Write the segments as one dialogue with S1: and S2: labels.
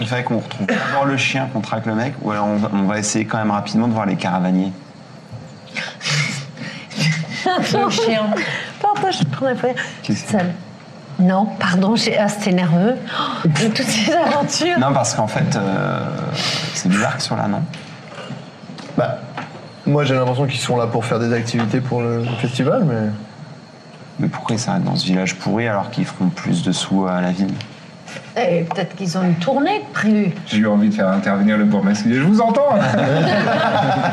S1: Il faudrait qu'on retrouve d'abord le chien qu'on traque le mec, ou alors on va, on va essayer quand même rapidement de voir les caravaniers.
S2: Le chien.
S3: Euh, Pardon, je prends la première.
S1: Qu'est-ce que-
S3: Ça- Non, pardon, j'ai- ah, c'était nerveux. Oh, de toutes ces aventures.
S1: Non, parce qu'en fait, euh, c'est bizarre qu'ils soient là, non
S4: Bah, moi j'ai l'impression qu'ils sont là pour faire des activités pour le festival, mais.
S1: Mais pourquoi ils s'arrêtent dans ce village pourri alors qu'ils feront plus de sous à la ville
S3: Eh, Peut-être qu'ils ont une tournée de prévue.
S5: J'ai eu envie de faire intervenir le bourgmestre. Je vous entends hein.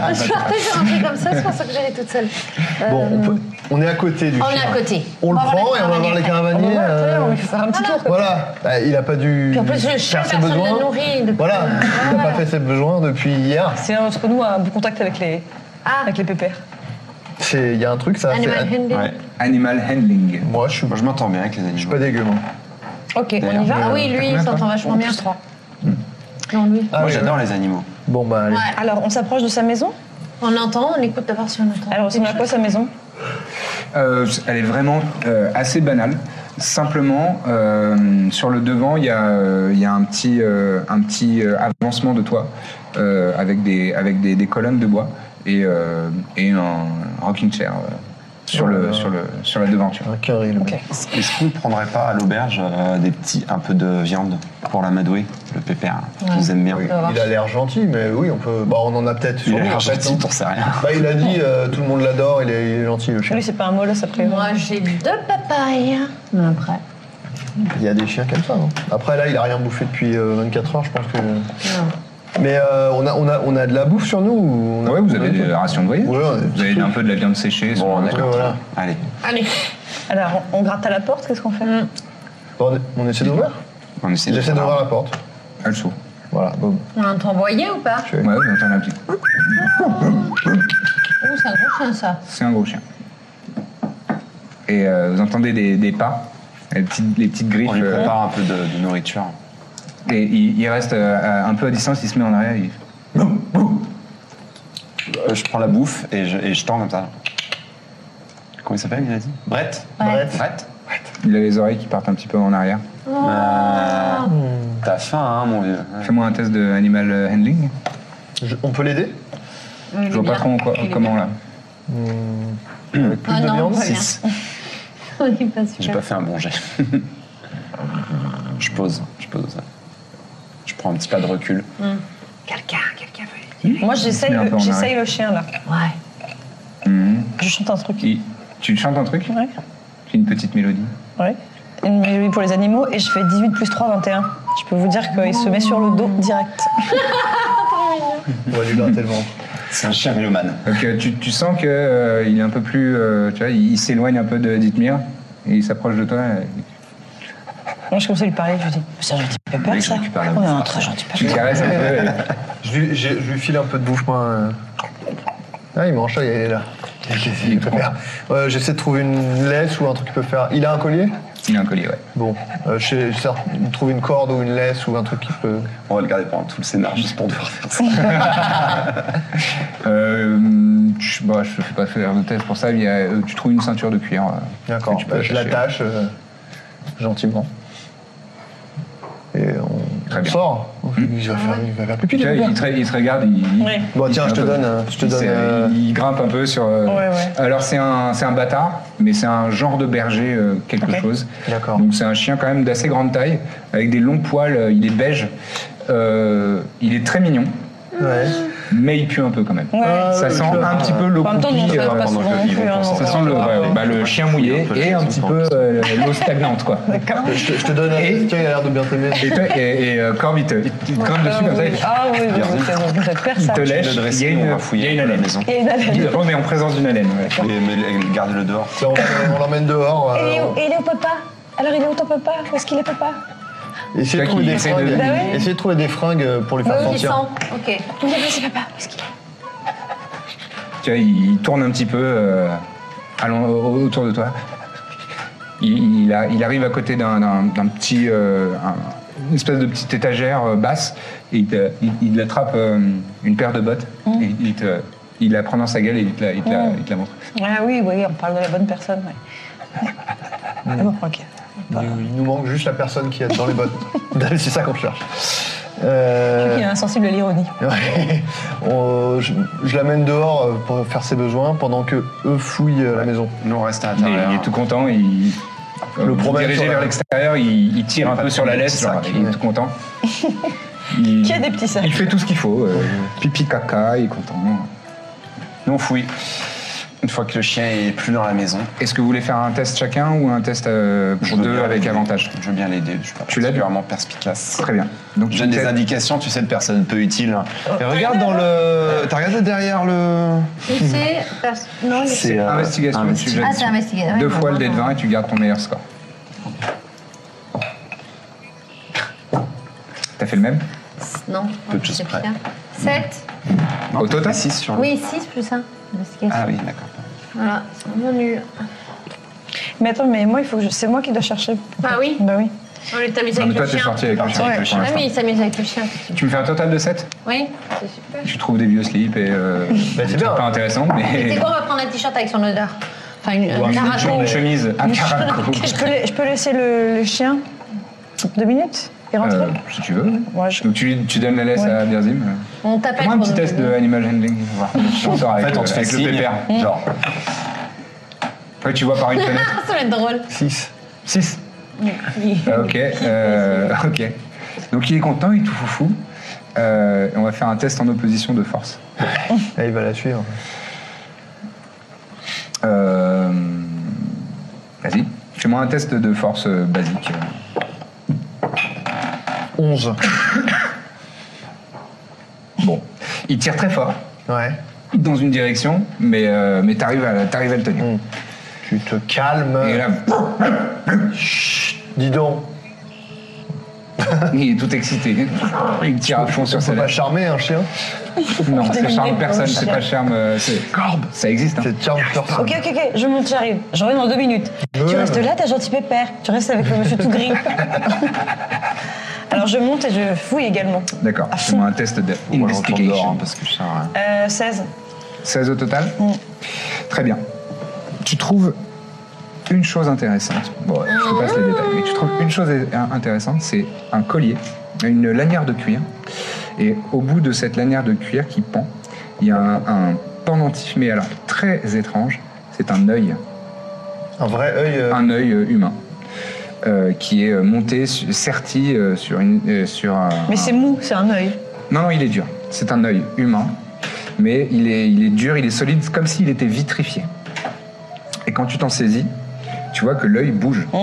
S3: Je suis partie sur un truc comme ça, c'est pour ça que j'allais toute seule. Euh,
S4: Ah, Bon, on, peut- on est à côté du
S3: on est
S4: chien.
S3: à côté.
S4: On le
S3: va
S4: prend et on va voir les caravaniers. euh,
S2: On lui fait un petit tour.
S4: Voilà, Bah, il a pas dû
S3: Puis en plus, le chien,
S4: faire ses
S3: personne ne
S4: besoins.
S3: le nourrit. depuis-
S4: Voilà, il n'a pas fait ses besoins depuis hier.
S2: C'est entre nous un bon contact avec les,
S3: Ah,
S2: avec les pépères.
S4: C'est- Il y a un truc, ça.
S3: Animal
S4: c'est-
S3: Handling.
S1: Ouais.
S5: Animal handling.
S4: Moi je suis
S1: Moi, je m'entends bien avec les
S4: je suis
S1: animaux.
S4: pas dégueu, moi.
S2: Ok, on
S1: D'ailleurs,
S2: y va
S3: Ah oui, lui, il s'entend vachement bien.
S2: Plus trois.
S3: Non, lui.
S4: Ah,
S1: Moi,
S4: oui,
S1: j'adore les animaux.
S4: ouais. Bon, bah, allez.
S3: Ouais.
S2: Alors, on s'approche de sa maison
S3: On entend, on écoute d'abord si on entend.
S2: Elle ressemble à quoi sa maison
S5: Euh, elle est vraiment euh, assez banale. Simplement, euh, sur le devant, il y, a, euh, il y a un petit, euh, un petit euh, avancement de toit euh, avec, des, avec des, des colonnes de bois et, euh, et un rocking chair euh, sur, le, sur, le, sur la devanture.
S4: Un curry, le mec.
S2: Ok.
S1: Est-ce qu'on prendrait pas à l'auberge euh, des petits, un peu de viande pour l'amadouer Le pépère,
S2: Ouais.
S1: ils aiment bien.
S4: Oui, Il a l'air gentil, mais oui, on peut. Bah, on en a peut-être
S1: Il
S4: sur
S1: a
S4: lui.
S1: l'air
S4: en fait,
S1: gentil,
S4: non
S1: t'en sais rien.
S4: Bah, il a dit euh, tout le monde l'adore, il, est il est gentil le chien.
S2: Lui, c'est pas un molosse après.
S3: Moi, j'ai deux papayes. Mais après.
S4: Il y a des chiens comme ça. hein. Après là, il a rien bouffé depuis euh, 24 heures, je pense que. Mais euh, on, a, on, a, on a de la bouffe sur nous ou on a-
S5: Ouais, vous
S4: on a
S5: avez
S4: tout
S5: des rations de voyage
S4: Ouais, on a des
S5: Vous avez
S4: trucs.
S5: un peu de la viande séchée. sur
S1: Bon,
S5: le-
S1: d'accord.
S4: euh, voilà.
S1: Allez.
S3: Allez.
S2: Alors, on, on gratte à la porte, qu'est-ce qu'on fait
S4: Bon, on, on essaie d'ouvrir
S1: On essaie faire
S4: J'essaie
S1: un-
S4: d'ouvrir la porte.
S5: Elle s'ouvre.
S4: Voilà, boum.
S3: On entend voyer ou pas
S5: Ouais, vous entendez un petit.
S3: Ouh, c'est un gros chien, ça.
S5: C'est un gros chien. Et euh, vous entendez des, des pas, les petites, les petites griffes.
S1: On lui
S5: euh,
S1: prépare un peu de, de nourriture.
S5: Et il, il reste euh, à- un peu à distance, il se met en arrière. Il...
S1: Euh, je prends la bouffe et je, et je tends comme ça. Comment il s'appelle, il a dit Brett
S4: Brett.
S1: Brett
S5: il a les oreilles qui partent un petit peu en arrière.
S4: Euh,
S1: Bah, T'as faim, hein, mon vieux
S5: Fais-moi un test de animal handling.
S4: Je- on peut l'aider
S5: Je vois pas trop en quoi- comment là.
S4: Avec plus
S3: Ah
S4: de
S3: non,
S4: viande
S3: pas bien.
S1: Six.
S3: On n'est pas
S1: J'ai
S3: sûr.
S1: pas fait un bon jet. je pose, je pose. Je prends un petit pas de recul.
S3: Quelqu'un, quelqu'un veut l'aider.
S2: Moi, j'essaye
S5: Il se met un peu
S2: le,
S5: en
S2: j'essaye
S5: arrière.
S2: le chien là.
S3: Ouais.
S2: Je chante un truc.
S5: Il- Tu chantes un truc
S2: Ouais,
S5: C'est une petite mélodie.
S2: ouais. Une mélodie pour les animaux et je fais 18 plus 3, 21. Je peux vous dire qu'il se met sur le dos direct.
S4: On va lui gratter le ventre.
S1: C'est un chien mélomane.
S5: Donc euh, tu, tu sens qu'il est un peu plus. euh, tu vois, il, il s'éloigne un peu de Dithmir et il s'approche de toi. euh,
S2: Moi, je commence à lui parler, je lui dis C'est un gentil pépère
S1: Mec, je
S2: ça
S1: récupère la
S2: On est
S1: bouffe.
S2: un très gentil
S5: tu
S2: pépère.
S5: caresses un peu. et-
S4: Je lui, j'ai- je lui file un peu de bouffe, moi. euh. Ah, il mange, ça, il est là. Qu'est-ce qu'il peut faire Euh, J'essaie de trouver une laisse ou un truc qu'il peut faire. Il a un collier
S5: Il a un collier, ouais.
S4: Bon, euh, je sais- je trouve une corde ou une laisse ou un truc qui peut.
S1: On va le garder pendant tout le scénar juste pour devoir faire ça.
S5: Euh, tu- bon, je ne fais pas faire de test pour ça, mais il y a, euh, tu trouves une ceinture de cuir. euh,
S4: D'accord,
S5: que tu peux hein.
S4: bah, je
S5: attacher.
S4: l'attache euh, gentiment. Et on,
S5: Très
S4: on
S5: bien.
S4: sort. Il va faire, il va faire pipi,
S5: Tu vois,
S4: le
S5: il,
S4: gars.
S5: te, il te regarde. Il,
S2: Ouais.
S4: Bon,
S5: il
S4: tiens,
S5: fait
S4: je
S5: un
S4: te
S5: peu-
S4: donne, euh, je te
S5: il
S4: donne,
S5: s'est-
S4: euh,
S5: Il grimpe un peu sur. euh,
S2: Ouais, ouais.
S5: Alors, c'est un, c'est un bâtard, mais c'est un genre de berger, euh, quelque
S2: Ok.
S5: chose.
S4: D'accord.
S5: Donc, c'est un chien quand même d'assez grande taille, avec des longs poils. euh, il est beige. Euh, il est très mignon.
S4: Ouais.
S5: mais il pue un peu quand même.
S2: Ouais.
S5: Ça sent un petit peu l'eau
S2: En même temps, nous, on
S5: coupée,
S2: travaille
S5: euh,
S2: pas souvent non
S1: ils vont
S2: plus. hein,
S5: ça
S1: penser
S2: donc,
S5: sent le,
S2: euh,
S5: ouais, bah, le chien mouillé et un petit peu euh, l'eau stagnante quoi.
S4: Je, te- je te donne un
S5: Et-
S4: tiens, il a l'air de bien t'aimer.
S5: Et, toi- et, et, euh, Corbe, il te, il te- il te grimpe dessus comme ça,
S2: oui. Ah oui, oui, oui, c'est bon, vous êtes faire
S5: il
S2: ça.
S5: te
S1: Je
S5: lèche,
S1: le
S5: il y a
S1: dresser,
S5: une,
S1: on va
S5: il y a
S1: fouiller
S5: une
S1: à la
S5: haleine.
S1: maison.
S2: Et une haleine.
S5: On est en présence d'une haleine. ouais.
S1: Mais, mais gardez-le dehors.
S4: Tiens, On, on l'emmène dehors.
S2: Et il est
S4: euh,
S2: où- et il est au papa Alors il est où ton papa Où est-ce qu'il est papa
S4: essayez, de
S5: Toi
S4: trouver
S5: qui
S4: des
S5: essaie de-
S4: fringues,
S5: Bah
S2: ouais. Bah
S4: essayez de trouver des fringues euh, pour lui faire
S3: Oui, il sent.
S4: sentir.
S3: Ok.
S2: Il est passé papa. Où est-ce qu'il est
S5: Tu vois, il, il tourne un petit peu euh, allant- au- autour de toi. Il, il a- il arrive à côté d'un- d'un d'un petit. euh, un- une espèce de petite étagère euh, basse et il, te- il- il attrape euh, une paire de bottes et il, te- il la prend dans sa gueule et il te la, il te la- il te la montre.
S2: Ah oui, oui, on parle de la bonne personne. ouais.
S4: Mm.
S2: Ah bon, ok.
S4: Il, il nous manque juste la personne qui est dans les bottes. C'est ça qu'on cherche. Euh,
S2: Il est insensible à l'ironie.
S4: Ouais. On- je je l'amène dehors euh, pour faire ses besoins pendant que eux fouillent euh, la maison.
S1: Nous, on reste
S5: Il
S1: à
S5: est,
S1: l'intérieur.
S5: il est tout content. Il, euh,
S4: Le problème
S5: dirigé
S4: sur la-
S5: vers l'extérieur, il, il tire un
S1: pas
S5: peu
S1: de
S5: sur la
S1: petit
S5: laisse. genre,
S1: sac.
S5: il est tout content. il,
S2: Qui a des petits sacs
S5: il fait tout ce qu'il faut. euh, pipi, caca, il est content. Nous, on fouille.
S1: Une fois que le chien est plus dans la maison,
S5: Est-ce que vous voulez faire un test chacun ou un test euh,
S1: je
S5: pour
S1: veux
S5: deux
S1: bien
S5: avec
S1: l'aider.
S5: avantage
S1: Je veux bien l'aider. Je suis pas
S5: Tu l'aides
S1: particulièrement perspicace.
S5: Très bien. Donc
S1: Je
S5: tu
S1: donne des
S5: testes-
S1: indications, tu sais, de personnes peu utiles.
S5: Euh,
S1: Et regarde dans le. T'as regardé derrière le.
S3: Et c'est. parce- Non, il est.
S1: euh,
S5: investigation,
S1: investi-
S5: tu jettes
S3: Ah, c'est investigateur.
S5: deux
S3: Oui,
S5: fois le dé de
S3: pardon.
S5: 20 et tu gardes ton meilleur score. T'as fait le même
S3: Non,
S1: Peu de choses
S3: c'est
S1: près.
S3: plus ça. 7
S5: Mm. Au total
S1: 6 sur le.
S3: Oui, 6 plus 1.
S1: Ah
S3: Investigation.
S1: oui, d'accord.
S3: Voilà, c'est vraiment nul.
S2: Mais attends, mais moi, il faut que je- c'est moi qui dois chercher.
S3: Ah oui
S2: Bah oui.
S3: On est
S5: Non,
S3: amusé avec
S5: Ah, mais
S3: le
S5: toi, t'es
S3: chien.
S5: sorti avec le chien. pour
S2: Ouais.
S3: Ah
S5: l'instant.
S3: oui, il s'amuse avec le chien.
S5: Tu me fais un total de 7
S3: Oui, c'est super.
S5: Je trouve des vieux slips et. euh,
S4: Bah,
S5: des
S4: c'est
S5: trucs
S4: bien.
S5: pas intéressant,
S3: C'est
S5: mais.
S3: quoi, on va prendre un t-shirt avec son odeur. Enfin, une,
S5: Ou
S3: un
S5: une
S3: caraton.
S5: chemise- une chemise,
S4: Ah,
S5: un caraco.
S2: Je peux, la- je peux laisser le, le chien deux minutes et rentrer
S5: Euh, si tu veux.
S2: Ouais, je-
S5: Donc tu, tu donnes la laisse
S2: Ouais.
S5: à Birzim.
S3: On t'appelle
S5: Fais-moi un
S3: pour
S5: petit
S3: nous
S5: test de
S3: aider.
S5: animal handling. voir. On sort
S1: En
S5: avec,
S1: fait, on
S5: euh,
S1: te fait
S5: avec le
S1: signe.
S5: pépère.
S1: Genre,
S5: Ouais, tu vois par une fenêtre.
S3: Ah, ça va être drôle.
S4: 6.
S5: 6. ok, euh, ok. Donc il est content, il est tout foufou. Euh, et on va faire un test en opposition de force.
S4: Là, il va la suivre.
S5: Euh, Vas-y, fais-moi un test de force euh, basique.
S4: 11.
S5: Bon, il tire très fort
S4: Ouais.
S5: dans une direction, mais, euh, mais t'arrives à, la- t'arrives à le tenir.
S4: Mm. Tu te calmes.
S5: Et là,
S4: Dis donc,
S5: il est tout excité. Il tire à fond sur
S4: faut
S5: sa
S4: pas
S5: lèvre.
S4: charmer un chien.
S5: Non, ça charme personne,
S2: pour le
S5: c'est pas charme. euh, c'est- Ça existe. hein.
S4: C'est charme personne.
S2: Ok, ok, ok, je monte, j'arrive. Je reviens dans deux minutes. Tu
S4: Ouais.
S2: restes là, ta gentil pépère. Tu restes avec le monsieur tout gris. Alors je monte et je fouille également.
S5: D'accord,
S2: À
S5: fais-moi
S2: fond.
S5: un test de
S1: on va retourner dehors, hein,
S5: Ah, investigation.
S1: parce que ça. hein.
S2: Euh, 16.
S5: 16 au total Très bien. Tu trouves une chose intéressante. Bon, je te passe les détails, mais tu trouves une chose in- intéressante, c'est un collier, une lanière de cuir. Et au bout de cette lanière de cuir qui pend, il y a un, un pendentif, mais alors très étrange. C'est un œil,
S4: Un vrai œil. euh,
S5: un œil euh, humain, euh, qui est euh, monté, su- serti euh, sur une, euh, sur un.
S2: Mais c'est mou, c'est un œil.
S5: Non, non, il est dur. C'est un œil humain, mais il est, il est dur, il est solide, comme s'il était vitrifié. Et quand tu t'en saisis, tu vois que l'œil bouge.
S2: Mm.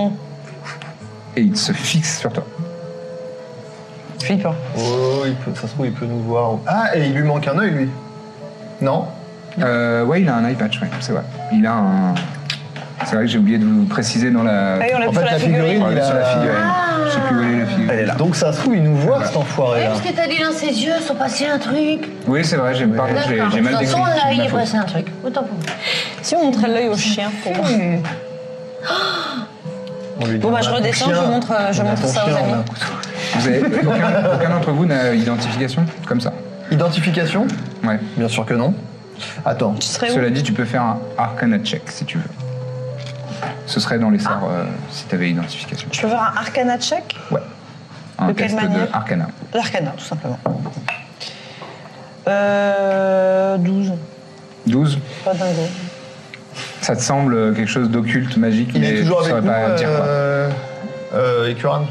S5: Et il se fixe sur toi.
S2: Flippant.
S4: Oh, il peut, ça se trouve, il peut nous voir. Ah, et il lui manque un œil, lui. Non
S5: Euh, ouais, il a un eye patch, ouais, c'est vrai. Il a un. C'est vrai que j'ai oublié de vous préciser dans la.
S2: Ah oui, on l'a
S4: En
S2: vu
S4: fait,
S2: sur la
S4: la
S2: figurine.
S4: figurine-
S5: Ouais,
S4: il
S5: sur la
S4: a-
S5: figurine. Je sais plus où elle est la figurine.
S4: Ah. Elle est là. Donc ça se trouve, il nous voit, cet enfoiré
S3: Oui,
S4: là.
S3: parce que t'as dit dans ses yeux, sont passés un truc.
S5: Oui, c'est vrai, j'ai pardon, j'ai-
S3: D'accord.
S5: j'ai mal
S3: Dans
S5: décrit.
S3: son
S5: c'est de
S3: œil,
S5: ma
S3: il est
S5: faute.
S3: passé un truc. Autant pour moi.
S2: Si on montrait l'œil au chien, pour moi.
S4: On lui dit,
S2: Bon, bah,
S4: on a
S2: je
S4: ton
S2: redescends,
S4: chien,
S2: je montre, euh, je
S4: on a
S2: montre
S4: ton
S2: ça aux
S4: chien,
S2: amis.
S4: on a un couteau.
S5: Vous avez- aucun, aucun d'entre vous n'a identification comme ça.
S4: Identification
S5: Ouais.
S4: Bien sûr que non. Attends.
S2: Tu serais où
S5: Cela dit, tu peux faire un Arcana check si tu veux. Ce serait dans les
S3: Ah.
S5: sorts euh, si tu avais identification.
S2: Je peux voir un arcana check
S5: Ouais. Un
S2: De quelle
S5: test de
S2: manière
S5: Arcana.
S2: L'arcana, tout simplement. Euh. 12.
S5: 12.
S2: Pas dingo.
S5: Ça te semble quelque chose d'occulte, magique,
S4: Il
S5: mais
S4: est toujours
S5: tu
S4: avec euh,
S5: saurais
S4: nous,
S5: pas dire quoi.
S4: euh, euh, Ikuran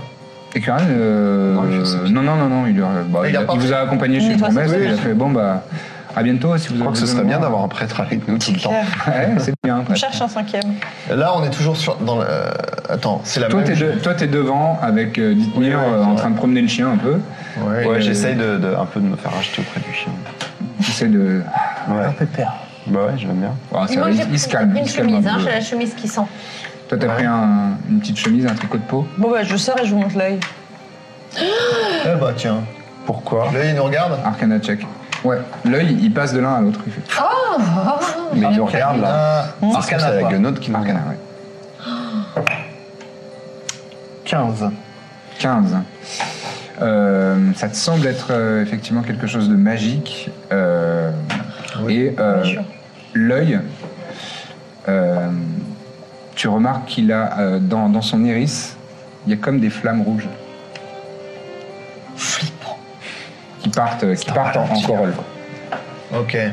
S5: Écureuil euh,
S1: Non, je sais.
S5: Non, non, non, non, il, lui a- bah,
S4: Il
S5: il
S4: a
S5: a-
S4: pas
S5: il vous a accompagné chez
S2: Oui,
S5: le
S2: toi,
S5: bourgmestre
S4: c'est
S5: et il a
S4: bien.
S5: fait bon, bah, à bientôt si vous
S4: Je crois que ce
S5: besoin
S4: serait
S5: de
S4: bien
S5: moi.
S4: d'avoir un prêtre avec nous tout le temps.
S5: Ouais, c'est bien.
S2: On
S5: après.
S2: cherche un cinquième.
S4: Là, on est toujours sur. Dans le... euh, Attends, c'est la
S5: Toi,
S4: même.
S5: t'es de- toi, t'es devant avec euh,
S4: Oui, oui,
S5: Dithmir euh,
S4: c'est
S5: en
S4: vrai.
S5: train de promener le chien un peu.
S4: Ouais,
S5: euh,
S1: Ouais, j'essaye de, de- un peu de me faire acheter auprès du chien.
S5: Tu sais euh, de.
S1: Ouais.
S4: pépère.
S1: Bah ouais, j'aime bien.
S5: Ah,
S3: Et
S5: ça
S3: moi,
S5: va,
S3: j'ai
S5: il, il se calme.
S3: pris une
S5: il se calme
S3: chemise,
S5: un
S3: hein,
S5: peu.
S3: j'ai la chemise qui sent.
S5: Toi, t'as pris un- une petite chemise, un tricot de peau.
S2: Bon bah je sors et je vous montre l'œil.
S4: Eh bah tiens.
S1: Pourquoi
S4: Là, il nous regarde.
S1: Ah,
S5: Arcana check. Ouais, l'œil, il passe de l'un à l'autre. Il fait.
S1: Mais
S4: Ah,
S1: il nous regarde là.
S4: Un...
S1: C'est comme ça, avec le nôtre qui nous regarde.
S5: Arcana, ouais.
S4: 15.
S5: 15. Euh, ça te semble être euh, effectivement quelque chose de magique. euh,
S4: Oui,
S5: et euh, l'œil, euh, tu remarques qu'il a euh, dans, dans son iris, il y a comme des flammes rouges. Qui partent, euh, qui
S4: un
S5: partent en, en
S4: ralentir.
S5: corolle.
S4: Ok. Ouais,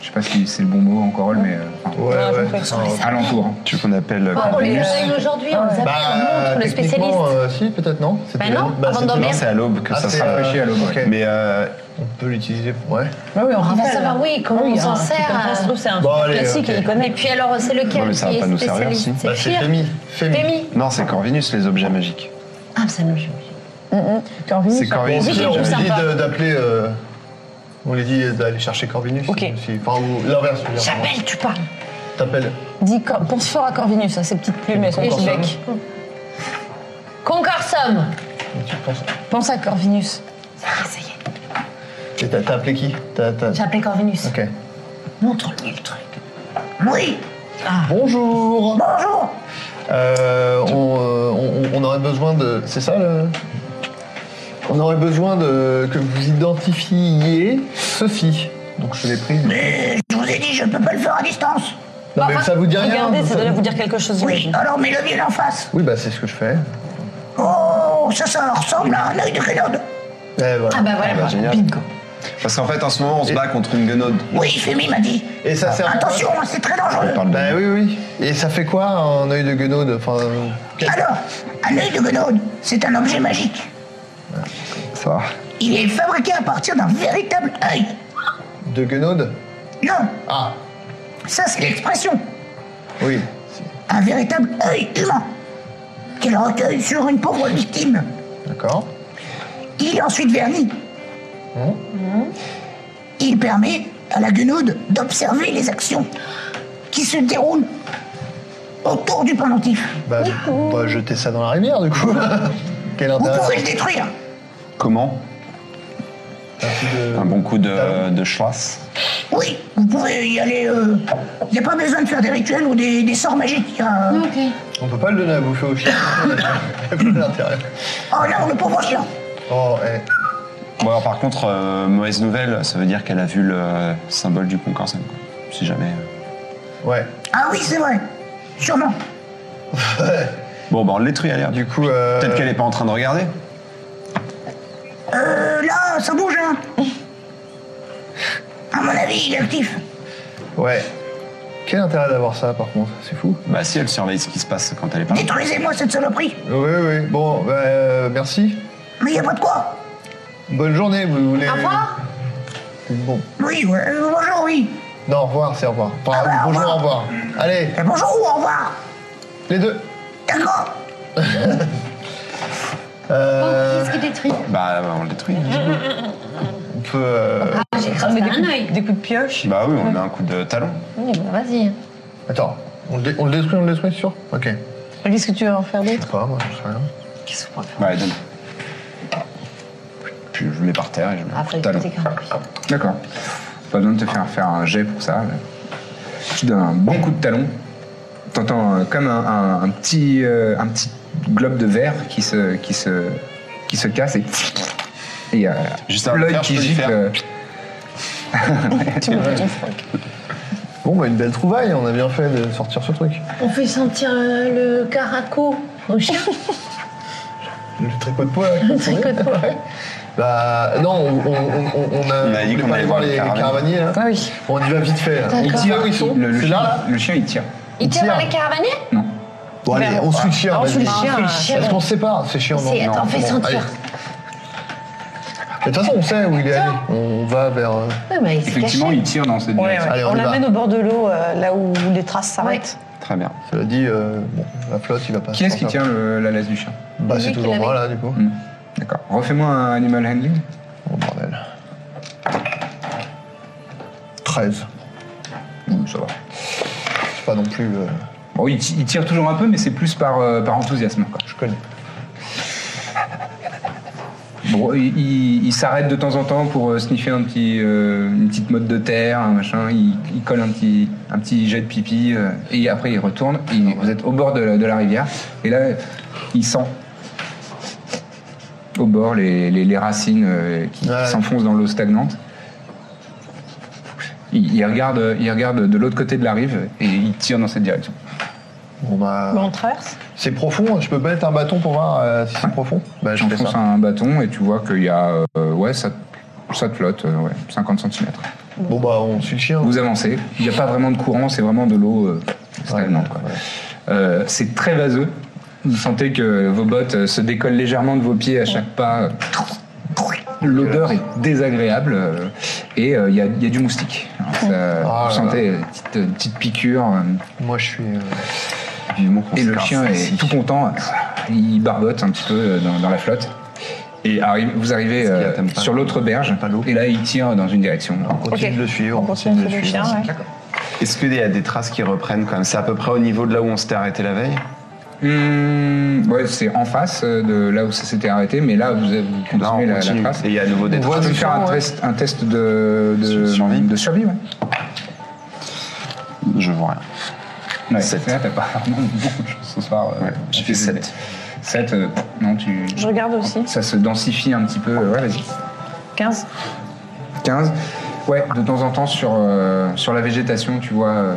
S5: Je sais pas si c'est le bon mot en corolle, mais euh, enfin,
S2: Ouais,
S4: ouais. Ah,
S2: compris.
S4: ça-
S5: alentour. hein,
S1: Tu qu'on appelle. euh,
S3: on les
S1: Corvinus.
S3: appelle Oh, aujourd'hui, on les appelle, on
S4: Bah,
S3: montre le spécialiste.
S4: techniquement, euh, si, peut-être non. C'était
S3: Bah non, avant
S4: c'était-
S3: de dormir.
S1: Non, c'est à l'aube que
S4: Ah,
S1: ça
S4: c'est,
S1: sera.
S4: euh,
S5: rafraîchi à l'aube,
S4: ok.
S1: Mais euh,
S4: On peut l'utiliser. Ouais.
S2: Ouais, oui, on
S3: va savoir, oui, comment on s'en sert,
S2: hein. Ça se trouve, c'est un
S4: Bon, allez,
S2: classique
S4: ok.
S2: et il connaît.
S3: Et puis alors, c'est lequel
S1: Non, mais ça va
S3: qui
S1: pas
S3: est
S1: nous servir,
S3: spécialiste
S1: si.
S4: Bah,
S3: C'est
S4: c'est
S3: Fir
S4: Fémi. Fémi.
S3: Fémi.
S1: non, c'est Corvinus, les objets magiques.
S3: Ah, ça nous joue.
S1: C'est Corvinus,
S3: Oui,
S1: les objets
S3: je trouve
S4: On
S1: magiques.
S4: lui dit
S3: sympa.
S4: de- d'appeler. euh, On lui dit d'aller chercher Corvinus.
S2: Ok.
S4: aussi. Enfin, ou l'inverse. je veux dire.
S3: J'appelle, tu parles.
S4: T'appelles.
S2: Dis, cor- pense fort à Corvinus, à ses petites plumes, à son
S4: Concorsum.
S2: petit bec.
S3: Concorsum.
S4: Tu penses-
S2: Pense à Corvinus.
S3: Ah, Ça y est,
S4: Et t'as t'as appelé qui T'as- t'as-
S3: j'appelle Corvinus.
S4: Ok.
S3: Montre-lui le truc. Oui
S4: Bonjour Bonjour on, euh, on- on aurait besoin de... C'est ça le... On aurait besoin de que vous identifiez Sophie. Donc je l'ai prise.
S6: Mais je vous ai dit, je ne peux pas le faire à distance.
S4: Non mais ça vous dit rien
S2: Regardez, ça
S4: ça-
S2: doit vous dire quelque chose.
S6: Oui,
S2: j'imagine.
S6: alors mets le bien en face.
S4: Oui bah c'est ce que je fais.
S6: Oh, ça, ça ressemble à un œil de grenade.
S4: Eh, voilà.
S3: Ah bah voilà.
S1: Ah bah, génial. Parce qu'en fait, en ce moment, on se bat contre une guenode.
S6: Oui, Femi m'a dit.
S4: Et ça sert à quoi
S6: Attention, hein, c'est très dangereux.
S1: On parle de-
S4: Bah oui oui. Et ça fait quoi un œil de guenaude Enfin, quel-
S6: Alors, un œil de grenade, c'est un objet magique.
S1: Ça va.
S6: Il est fabriqué à partir d'un véritable œil.
S4: de guenaude
S6: Non,
S4: Ah
S6: ça, c'est l'expression.
S4: oui.
S6: Un véritable œil humain qu'il recueille sur une pauvre victime.
S4: D'accord.
S6: Il est ensuite verni. Il permet à la guenaude d'observer les actions qui se déroulent autour du pendentif.
S4: Bah on va jeter ça dans la rivière du coup. quel
S6: Vous
S4: intérêt
S6: pouvez le détruire.
S1: Comment Un bon coup de, de schlass.
S6: Oui, vous pouvez y aller. euh, Il n'y a pas besoin de faire des rituels ou des, des sorts magiques. euh.
S4: On peut pas le donner à bouffer au chien. Il y a plus d'intérêt.
S6: Oh là, le pauvre chien.
S4: Oh, eh.
S1: Bon, alors par contre, euh, mauvaise nouvelle, ça veut dire qu'elle a vu le symbole du Concorsum. quoi. Si jamais. euh.
S4: Ouais.
S6: Ah oui, c'est vrai. Sûrement.
S1: Bon, bah on le détruit à l'air.
S4: Du coup, euh,
S1: Peut-être qu'elle est pas en train de regarder.
S6: Euh, là, ça bouge. Hein. À mon avis, il est actif.
S4: Ouais. Quel intérêt d'avoir ça, par contre C'est fou.
S1: Bah si, elle surveille ce qui se passe quand elle est pas là.
S6: Détruisez-moi cette saloperie.
S4: Oui, oui. Bon, bah, euh, merci.
S6: Mais il n'y a pas de quoi.
S4: Bonne journée, vous voulez...
S3: Au revoir.
S4: Bon.
S6: Oui, ouais, euh, bonjour, oui.
S4: Non, au revoir, c'est au revoir. Enfin,
S6: Ah bah, au
S4: bonjour,
S6: revoir.
S4: au revoir. Allez,
S6: Euh, bonjour ou au revoir.
S4: les deux.
S6: D'accord.
S4: Euh,
S3: Qu'est-ce qui détruit
S1: Bah bah, on le détruit.
S4: on peut... euh,
S3: Ah, J'ai cramé
S2: des,
S3: un
S2: coups,
S3: œil.
S2: des coups de pioche.
S1: Bah oui, on met un coup de talon.
S3: Oui, bah vas-y.
S4: Attends. On le, dé- on le détruit, on le détruit, sûr Ok.
S2: Qu'est-ce que tu veux en faire d'autre
S4: Je sais pas, moi, je sais rien.
S1: Bah allez, donne. Puis je le mets par terre et je mets un coup
S3: Après,
S1: de talon.
S3: c'est cramé.
S5: D'accord. Pas besoin de te faire faire un jet pour ça. Tu donnes un bon coup de talon. T'entends euh, comme un, un- un petit, euh, un petit globe de verre qui se, qui se, qui se casse et. Et il y a
S1: Juste un
S5: l'œil
S1: verre, je
S5: qui euh,
S1: peux lui
S5: gicle.
S1: faire.
S5: euh,
S4: Bon, bah, une belle trouvaille. On a bien fait de sortir ce truc.
S3: On fait sentir euh, le caraco au chien.
S4: Le tricot de poids, là. Le
S3: tricot de poids.
S4: Bah, non, on, on, on, on a,
S1: On a dit
S4: peut
S1: qu'on
S4: pas
S1: allait
S4: aller voir
S1: voir le
S4: les
S1: caravane.
S4: caravaniers, là.
S2: Ah oui.
S4: On y va vite fait, là.
S3: D'accord.
S4: On tire où ils sont
S5: Le, le
S4: C'est
S5: chien,
S4: là, là
S5: le chien, il tire.
S3: Il tire
S4: tire.
S3: vers les caravaniers
S5: Non.
S4: Bon, allez,
S2: Vers-
S4: on suit le chien.
S2: Ah, on
S4: vas-y.
S2: suit le
S3: chien, Bah, on suit le
S4: Est-ce
S3: chien.
S4: qu'on se sépare C'est chiant, non
S3: C'est-
S4: Non,
S3: attends, fais
S4: bon,
S3: sentir.
S4: allez. Mais De toute façon, on sait où il est allé. On va vers. euh,
S3: Ouais, mais il s'est
S5: Effectivement,
S3: caché.
S5: il tire dans cette
S2: Ouais,
S5: direction.
S2: ouais.
S4: Allez, on
S2: on
S4: y va.
S2: l'amène au bord de l'eau, euh, là où les traces s'arrêtent.
S1: Très bien.
S4: Cela dit, euh, bon, la flotte, il va pas.
S5: Qui
S4: se
S5: est-ce qui
S4: sortir.
S5: tient le- la laisse du chien
S4: Bah,
S3: Lui
S4: c'est
S3: qui
S4: toujours moi, là,
S3: l'avait.
S4: du coup.
S5: Hmm. D'accord. Refais-moi un animal handling.
S4: Oh, bordel. 13.
S5: Hmm, ça va.
S4: C'est pas non plus. euh,
S5: Bon, il, ti- il tire toujours un peu, mais c'est plus par, euh, par enthousiasme. quoi.
S4: je connais.
S5: Bon, il, il- il s'arrête de temps en temps pour euh, sniffer un petit, euh, une petite motte de terre, un machin. Il, il colle un petit, un petit jet de pipi euh, et après il retourne. Il- vous êtes au bord de la, de la rivière et là il sent au bord les, les- les racines euh, qui
S4: Ouais.
S5: qui s'enfoncent dans l'eau stagnante. Il, il regarde, il regarde de l'autre côté de la rive et il tire dans cette direction.
S4: Bon, bah.
S2: Bon, on traverse.
S4: C'est profond, hein. je peux mettre un bâton pour voir euh, si c'est profond Bah, je fais
S5: J'enfonce
S4: ça.
S5: un bâton et tu vois qu'il y a euh, ouais ça, ça te flotte euh, ouais, 50 cm.
S4: Bon, bah, on suit le chien.
S5: Vous avancez, il n'y a pas vraiment de courant, c'est vraiment de l'eau euh, stagnante. quoi.
S4: ouais.
S5: Euh, c'est très vaseux. Vous sentez que vos bottes euh, se décollent légèrement de vos pieds à chaque pas. L'odeur est désagréable euh, et euh, il y, a- il y a du moustique. Alors, ça-
S4: Ah
S5: vous
S4: là
S5: sentez euh, petite, euh, petite piqûre euh,
S4: Moi, je suis. euh,
S1: Vivement qu'on
S5: et
S1: se
S5: le
S1: casse
S5: chien est
S1: d'ici.
S5: tout content. Il barbote un petit peu euh, dans, dans la flotte. Et arrive- vous arrivez
S1: Est-ce qu'il y a
S5: euh,
S1: t'aimes pas
S5: sur l'autre berge
S1: pas l'eau
S5: et là il tire dans une direction.
S4: On continue
S2: Ok.
S4: de le suivre.
S2: On continue de suivre le chien, ouais.
S1: Est-ce qu'il y a des traces qui reprennent quand même C'est à peu près au niveau de là où on s'était arrêté la veille
S5: Hmm, ouais, c'est en face euh, de là où ça s'était arrêté, mais là vous, vous continuez
S1: Là, on
S5: la-
S1: continue.
S5: la trace.
S1: Et il y a à nouveau des
S5: On
S1: traces.
S5: va me faire un test, un test de, de-
S1: Survie.
S5: de survie, ouais.
S1: Je vois rien.
S5: ouais.
S1: Sept.
S5: Là, t'as pas vraiment de bon jeu ce soir. euh,
S1: Ouais, j'ai fait sept.
S5: 7, euh, non, tu.
S2: Je regarde aussi.
S5: Ça se densifie un petit peu. euh, Ouais, vas-y.
S2: 15.
S5: 15. Ouais, de temps en temps, sur, euh, sur la végétation, tu vois euh,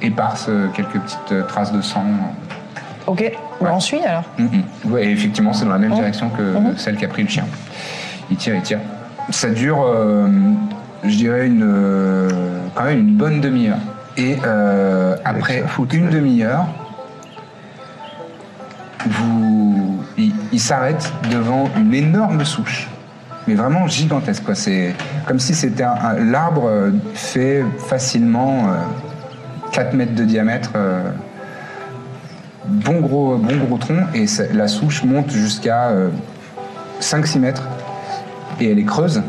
S5: éparses euh, quelques petites euh, traces de sang.
S2: Ok. Bah, on suit alors.
S5: Mm, mm. Ouais, et effectivement, c'est dans la même direction que celle qu'a pris le chien. Il tire, il tire. Ça dure, euh, je dirais, une, euh, quand même une bonne demi-heure. Et euh, après une demi-heure, vous, il, il s'arrête devant une énorme souche. Mais vraiment gigantesque, quoi. C'est comme si c'était un, un- l'arbre euh, fait facilement euh, 4 mètres de diamètre. euh, bon gros, bon gros tronc et ça- la souche monte jusqu'à 5-6 mètres et elle est creuse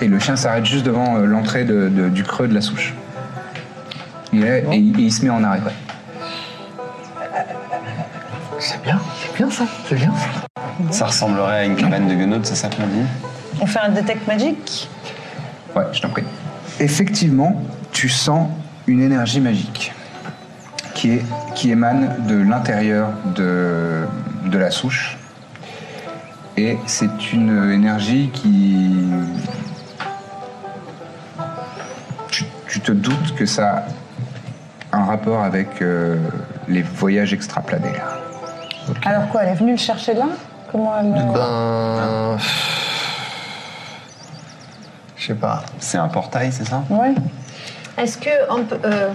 S5: et le chien s'arrête juste devant euh, l'entrée de- de- du creux de la souche. Il est- et, il- et il se met en arrêt.
S4: C'est bien, c'est bien ça, c'est bien ça.
S1: Ça ressemblerait à une cabane de guenaudes, c'est ça qu'on dit
S2: On fait un detect magic.
S5: Ouais, je t'en prie. Effectivement, tu sens une énergie magique qui, est, qui émane de l'intérieur de, de la souche. Et c'est une énergie qui... Tu, tu te doutes que ça a un rapport avec euh, les voyages extraplanaires.
S2: Alors quoi, elle est venue le chercher de là Comment elle. euh,
S4: Ben. Je sais pas.
S1: C'est un portail, c'est ça
S2: euh, Ouais.
S3: Est-ce que on peut. euh,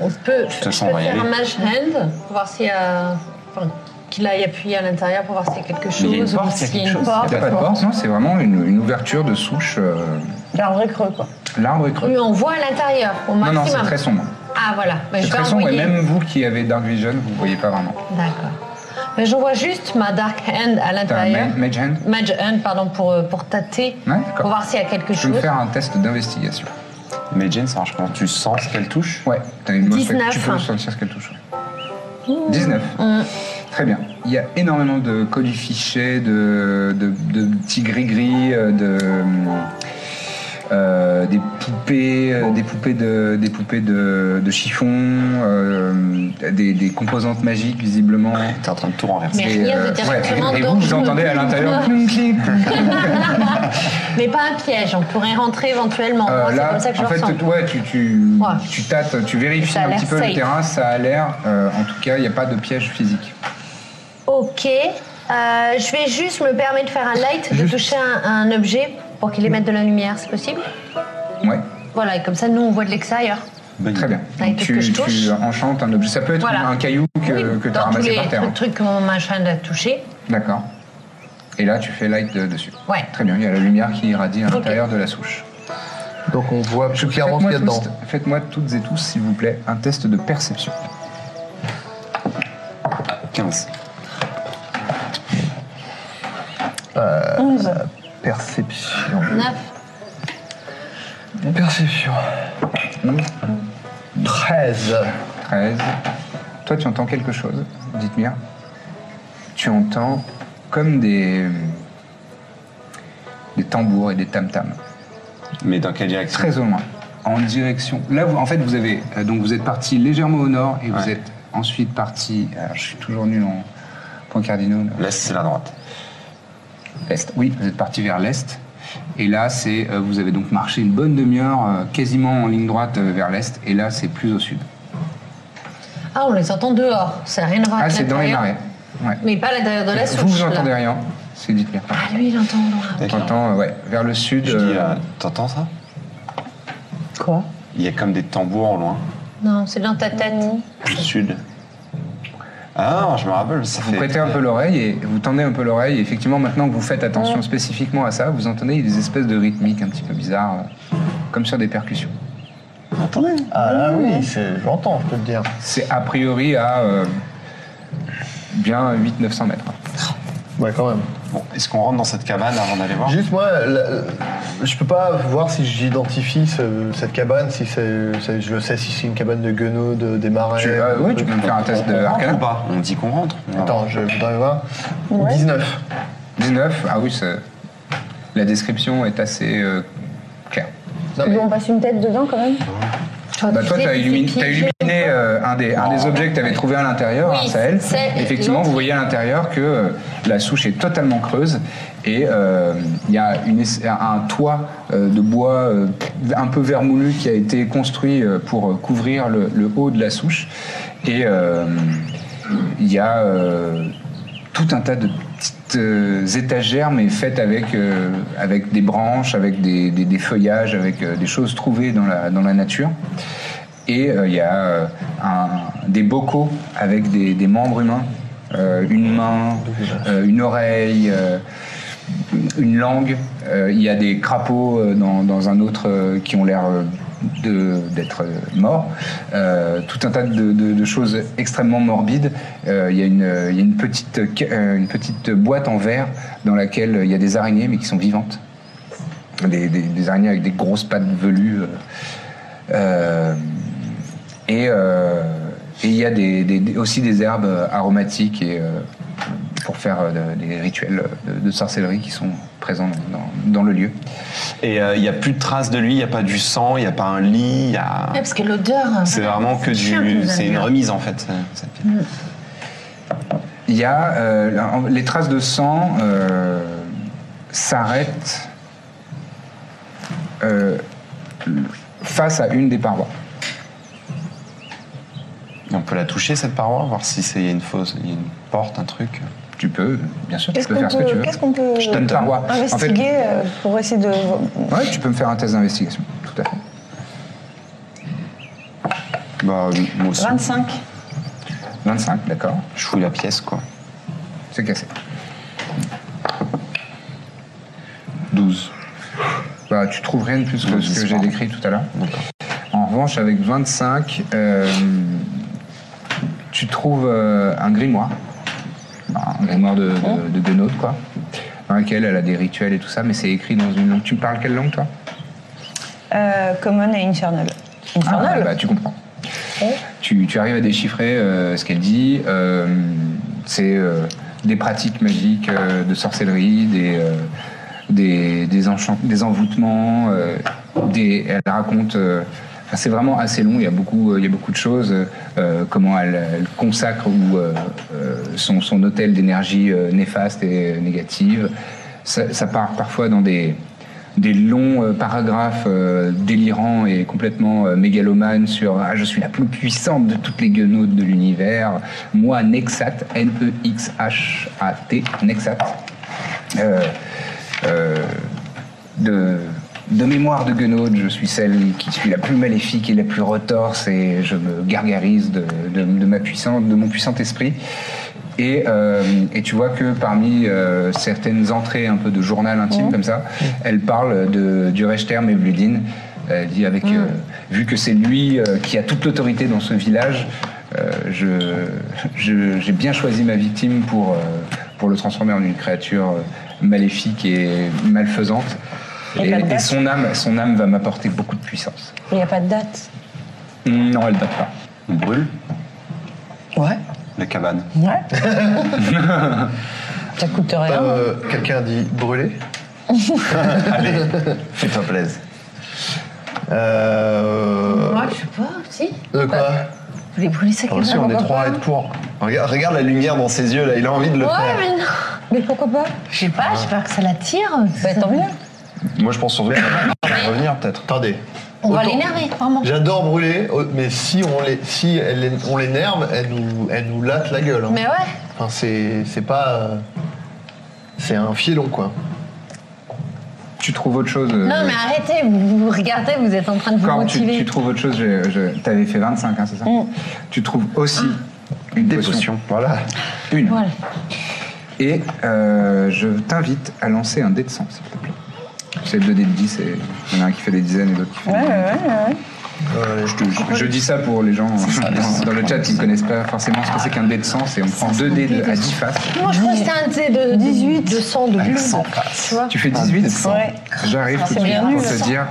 S3: on peut, je peux
S1: façon, on va y
S3: faire
S1: aller.
S3: un match hand pour voir s'il y a. Enfin, qu'il aille appuyer à l'intérieur pour voir s'il y a quelque chose.
S1: il y a une porte,
S3: ou
S1: il y a
S3: s'il y a
S1: quelque
S3: une
S1: chose.
S5: Il
S3: porte.
S5: n'y a pas de porte, non, c'est vraiment une, une ouverture de souche. euh,
S2: L'arbre est creux, quoi.
S5: L'arbre est creux.
S3: Oui, on voit à l'intérieur au
S5: Non, non,
S3: maximum.
S5: c'est très sombre.
S3: Ah voilà,
S5: C'est
S3: Ben, je vais
S5: très sombre et
S3: envoyer.
S5: même vous qui avez Dark Vision, vous ne voyez pas vraiment.
S3: D'accord. Mais je vois juste ma dark hand à
S5: T'as un
S3: l'intérieur.
S5: ma- Mage Hand
S3: Mage hand, pardon, pour, euh, pour tâter,
S5: Ouais, d'accord.
S3: pour voir s'il y a quelque
S5: Je vais me
S3: chose.
S5: faire un test d'investigation.
S1: Mais Jane, ça marche comment Tu sens ce qu'elle touche
S5: Ouais, t'as une bonne
S3: 19.
S5: Tu peux sentir ce qu'elle touche. 19. Très bien. Il y a énormément de colifichets, de, de, de petits gris-gris, euh, de. euh, des poupées, euh, des poupées de, des poupées de, de chiffon, euh, des, des composantes magiques visiblement.
S1: T'es en train de tout renverser.
S3: Mais rien de directement
S5: ouais, et, et
S3: dans
S5: vous,
S3: le-
S5: vous entendez à l'intérieur. clink, clink, clink.
S3: Mais pas un piège, on pourrait rentrer éventuellement.
S5: Euh,
S3: Moi, Ah, c'est
S5: là,
S3: comme ça que je
S5: en
S3: le
S5: fait,
S3: ressens.
S5: tu- ouais, tu, tu,
S3: Ouais.
S5: tu tâtes, tu vérifies
S3: Ça a
S5: un
S3: l'air
S5: petit peu le
S3: safe.
S5: terrain, ça a l'air, euh, en tout cas, il n'y a pas de piège physique.
S3: Ok. Euh, je vais juste me permettre de faire un light, de toucher un, un objet pour qu'il émette de la lumière, c'est possible
S5: Ouais.
S3: Voilà, et comme ça, nous, on voit de l'extérieur.
S1: Bonne
S5: Très
S1: idée.
S5: bien.
S3: Avec
S5: Donc,
S3: ce que
S5: tu,
S3: je touche.
S5: tu enchantes un objet. Ça peut être
S3: Voilà.
S5: un caillou que,
S3: Oui,
S5: que tu as
S3: dans tous
S5: ramassé
S3: les
S5: par terre. hein.
S3: trucs, trucs que mon machin a touché.
S5: D'accord. Et là, tu fais light euh, dessus.
S3: Ouais.
S5: Très bien, il y a la lumière qui irradie à
S3: Ok.
S5: l'intérieur de la souche.
S4: Donc on voit plus clairement ce
S5: Faites-moi
S4: qu'il y a dedans.
S5: tous- Faites-moi toutes et tous, s'il vous plaît, un test de perception.
S1: 15.
S2: 11.
S4: Perception.
S3: 9.
S4: Perception. 13.
S5: 13. Toi, tu entends quelque chose, dites-moi. Tu entends comme des, des tambours et des tam-tams.
S1: Mais dans quelle direction
S5: Très au loin, en direction. Là, vous, en fait, vous avez. euh, donc, vous êtes parti légèrement au nord et vous
S1: Ouais.
S5: êtes ensuite parti. alors, je suis toujours nul en points cardinaux. là.
S1: L'est, c'est la droite.
S5: Est, oui, vous êtes parti vers l'est. Et là, c'est, euh, vous avez donc marché une bonne demi-heure, euh, quasiment en ligne droite euh, vers l'est. Et là, c'est plus au sud.
S3: Ah, on les entend dehors. Ça n'a rien à voir
S5: Ah,
S3: avec
S5: c'est dans les
S3: l'intérieur.
S5: marais. Ouais.
S3: Mais pas à l'intérieur de la souche.
S5: vous, vous
S3: là.
S5: entendez rien. C'est dites bien.
S3: Ah, lui, il entend. non.
S5: T'entends, euh, ouais, vers le sud.
S1: Je dis,
S5: euh,
S1: euh, t'entends ça
S2: Quoi
S1: Il y a comme des tambours en loin,
S3: Non, c'est dans ta tête.
S1: au sud. Ah non, je me rappelle, ça
S5: vous
S1: fait...
S5: prêtez un peu l'oreille et vous tendez un peu l'oreille. Et effectivement, maintenant que vous faites attention spécifiquement à ça, vous entendez des espèces de rythmiques un petit peu bizarres, euh, comme sur des percussions.
S1: Attendez
S4: Ah là oui, c'est- j'entends, je peux te dire.
S5: C'est a priori à euh, bien 800-900 mètres.
S4: Ouais, quand même.
S1: Ah, Bon, est-ce qu'on rentre dans cette cabane avant d'aller voir
S4: Juste moi, la- la- je peux pas voir si j'identifie ce- cette cabane, si c'est, c'est- je sais si c'est une cabane de guenauds, de- des marais.
S5: Tu-
S1: ah,
S5: euh, oui, tu peux me faire un test de
S1: On rentre
S5: arcana.
S1: Ah, ou pas On dit qu'on rentre. On va voir.
S4: Attends, je voudrais voir. 19.
S5: 19, ah oui, c'est- la description est assez euh, claire.
S4: Non, mais-
S7: on passe une tête dedans quand même.
S5: Bah, toi, tu as, illuminé euh, un, des, un des objets que tu avais trouvé à l'intérieur,
S3: Oui,
S5: hein, Sahel.
S3: c'est-
S5: Effectivement,
S3: l'autre.
S5: vous voyez à l'intérieur que euh, la souche est totalement creuse et euh, il y a une es- un toit euh, de bois euh, un peu vermoulu qui a été construit euh, pour couvrir le, le haut de la souche. Et euh, il y a euh, tout un tas de petites euh, étagères, mais faites avec, euh, avec des branches, avec des, des- des feuillages, avec euh, des choses trouvées dans la, dans la nature. Et euh, il y a euh, un- des bocaux avec des, des membres humains, euh, une main, euh, une oreille, euh, une langue. Euh, il y a des crapauds euh, dans, dans un autre euh, qui ont l'air euh, de- d'être euh, morts. Euh, tout un tas de, de- de choses extrêmement morbides. Euh, il y a une, euh, il y a une petite, ca- euh, une petite boîte en verre dans laquelle euh, il y a des araignées mais qui sont vivantes. Des, des- des araignées avec des grosses pattes velues. euh. Euh, et euh, et il y a des- des- des- aussi des herbes euh, aromatiques et, euh, pour faire euh, de- des rituels de, de sorcellerie qui sont présents dans, dans- dans le lieu.
S1: Et euh, il n'y a plus de traces de lui, il n'y a pas du sang, il n'y a pas un lit, il y a...
S3: parce que l'odeur.
S2: hein,
S1: C'est vraiment que
S3: Chien qui nous
S1: du...
S3: a
S1: C'est une
S3: bien.
S1: remise en fait, euh, cette pièce.
S2: Mm.
S5: Il y a euh, la- les traces de sang euh, s'arrêtent euh, face à une des parois.
S1: Et On peut la toucher cette paroi, voir si c'est il y a une fausse, il y a une porte, un truc.
S5: Tu peux, bien sûr, tu
S2: Qu'est-ce
S5: peux
S2: qu'on
S5: faire ce que tu
S2: peut,
S5: veux.
S2: qu'est-ce qu'on peut
S5: Je donne ta voix.
S2: investiguer euh, pour essayer de.
S5: Ouais, tu peux me faire un test d'investigation, tout à fait.
S1: Bah, moi aussi.
S2: 25.
S5: 25, d'accord.
S1: Je fouille la pièce quoi.
S5: C'est cassé.
S1: 12.
S5: Bah, tu trouves rien de plus que
S1: Non,
S5: ce que
S1: c'est
S5: j'ai
S1: pas.
S5: décrit tout à l'heure.
S1: D'accord.
S5: En revanche, avec 25, euh, tu trouves euh, un grimoire. Enfin, Un grimoire de, de, de guenaude, quoi. Dans lequel elle a des rituels et tout ça, mais c'est écrit dans une langue. Tu parles quelle langue, toi
S2: Euh, common et Infernal. Infernal
S5: Ah, bah, tu comprends. Tu, tu arrives à déchiffrer euh, ce qu'elle dit. euh, c'est euh, des pratiques magiques euh, de sorcellerie, des, euh, des, des, enchant- des envoûtements. euh, des, elle raconte. euh, enfin, c'est vraiment assez long, il y a beaucoup, euh, il y a beaucoup de choses. euh, comment elle, elle consacre ou, euh, euh, son, son hôtel d'énergie euh, néfaste et négative. Ça, ça part parfois dans des, des longs euh, paragraphes euh, délirants et complètement euh, mégalomanes sur ah, je suis la plus puissante de toutes les guenaudes de l'univers. Moi, Nexat, E N-E-X-H-A-T, Nexat. Euh, euh, de De mémoire de Guenaude, je suis celle qui suis la plus maléfique et la plus retorse et je me gargarise de, de- de ma puissance, de mon puissant esprit. Et, euh, et tu vois que parmi euh, certaines entrées un peu de journal intime comme ça, elle parle de, du Rechter Mevludin. Elle dit avec, euh, vu que c'est lui euh, qui a toute l'autorité dans ce village, euh, je, je- j'ai bien choisi ma victime pour, euh, pour le transformer en une créature euh, maléfique et malfaisante.
S2: Et
S5: Et,
S2: pas de
S5: et
S2: date
S5: son âme, son âme va m'apporter beaucoup de puissance.
S2: Il n'y a pas de date.
S5: Non, elle date pas.
S1: On brûle
S2: Ouais.
S1: la cabane.
S2: Ouais. Ça coûte
S3: Ah
S2: rien.
S4: Euh, Quelqu'un dit brûler.
S1: Fais-toi plaisir.
S4: Euh,
S3: Moi, je sais pas, si. Bah,
S4: De quoi
S2: Vous voulez brûler ça
S4: Alors si
S2: quelqu'un,
S4: on est
S2: pourquoi
S4: trois à
S2: pas
S4: être pour.
S1: Regarde, regarde la lumière dans ses yeux, là, il a envie de le
S3: Ouais,
S1: faire.
S3: mais non.
S2: Mais pourquoi pas
S3: Je sais pas, j'ai peur que ça l'attire.
S2: Bah tant mieux.
S1: Moi, je pense surtout qu'elle va revenir, peut-être.
S4: Attendez.
S3: On va
S4: Autant-
S3: l'énerver, vraiment.
S4: J'adore brûler, oh, mais si on les, si elle, les- on l'énerve, elle nous, elle nous latte la gueule. hein.
S3: Mais ouais.
S4: Enfin, c'est, c'est pas, euh, c'est un filon quoi.
S5: Tu trouves autre chose euh,
S3: Non, mais arrêtez, vous, vous regardez, vous êtes en train de vous
S5: Corbe, tu,
S3: motiver.
S5: tu trouves autre chose. Je, je- T'avais fait 25, hein, c'est ça
S3: Mm.
S5: Tu trouves aussi une
S1: Des
S5: potion.
S1: potions, voilà.
S5: Une.
S3: Voilà.
S5: Et euh, je t'invite à lancer un dé de 100, s'il te plaît. C'est deux dés de 10, et il y en a un qui fait des dizaines et l'autre qui fait.
S2: Ouais,
S5: des-
S2: ouais, ouais. ouais.
S4: Euh,
S5: Je, te- je- je dis ça pour les gens dans, dans le chat qui ne connaissent pas forcément ce que c'est qu'un dé de 100, c'est on prend deux dés de- à 10 faces.
S3: Moi, je crois que c'était un dé de 18, de 100, de
S1: Avec
S3: bleu.
S1: 100
S3: Tu vois
S5: Tu fais 18
S2: Ouais.
S5: J'arrive
S2: Ah,
S5: tout
S2: c'est
S5: de suite
S2: bien
S5: pour
S2: nul,
S5: te
S2: ça.
S5: dire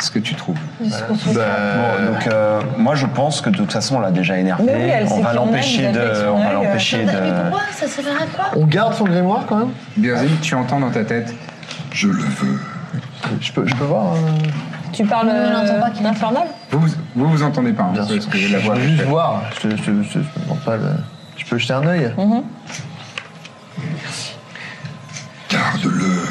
S5: ce que tu trouves.
S4: Bah,
S1: Bon, donc euh, moi je pense que de toute façon on l'a déjà énervé.
S2: Mais oui, elle
S1: on
S2: s'est
S1: va
S2: fait
S1: l'empêcher
S2: mal, vous avez fait
S1: de, on
S2: mal,
S1: va
S2: euh,
S1: l'empêcher de.
S3: Bah, Mais pourquoi Ça servirait à quoi
S4: on garde son grimoire quand même.
S5: Birzim, tu entends dans ta tête Je le veux.
S4: Je peux, je peux voir. euh,
S2: Tu parles
S3: Non, on l'entend pas,
S2: euh, d'infernal
S5: Vous vous, vous entendez pas, hein,
S4: bien
S5: parce
S4: sûr.
S5: que
S4: Je
S5: la voix.
S4: peux juste voir. Je, je, je, je me demande pas. le- Je peux jeter un œil.
S6: Garde-le.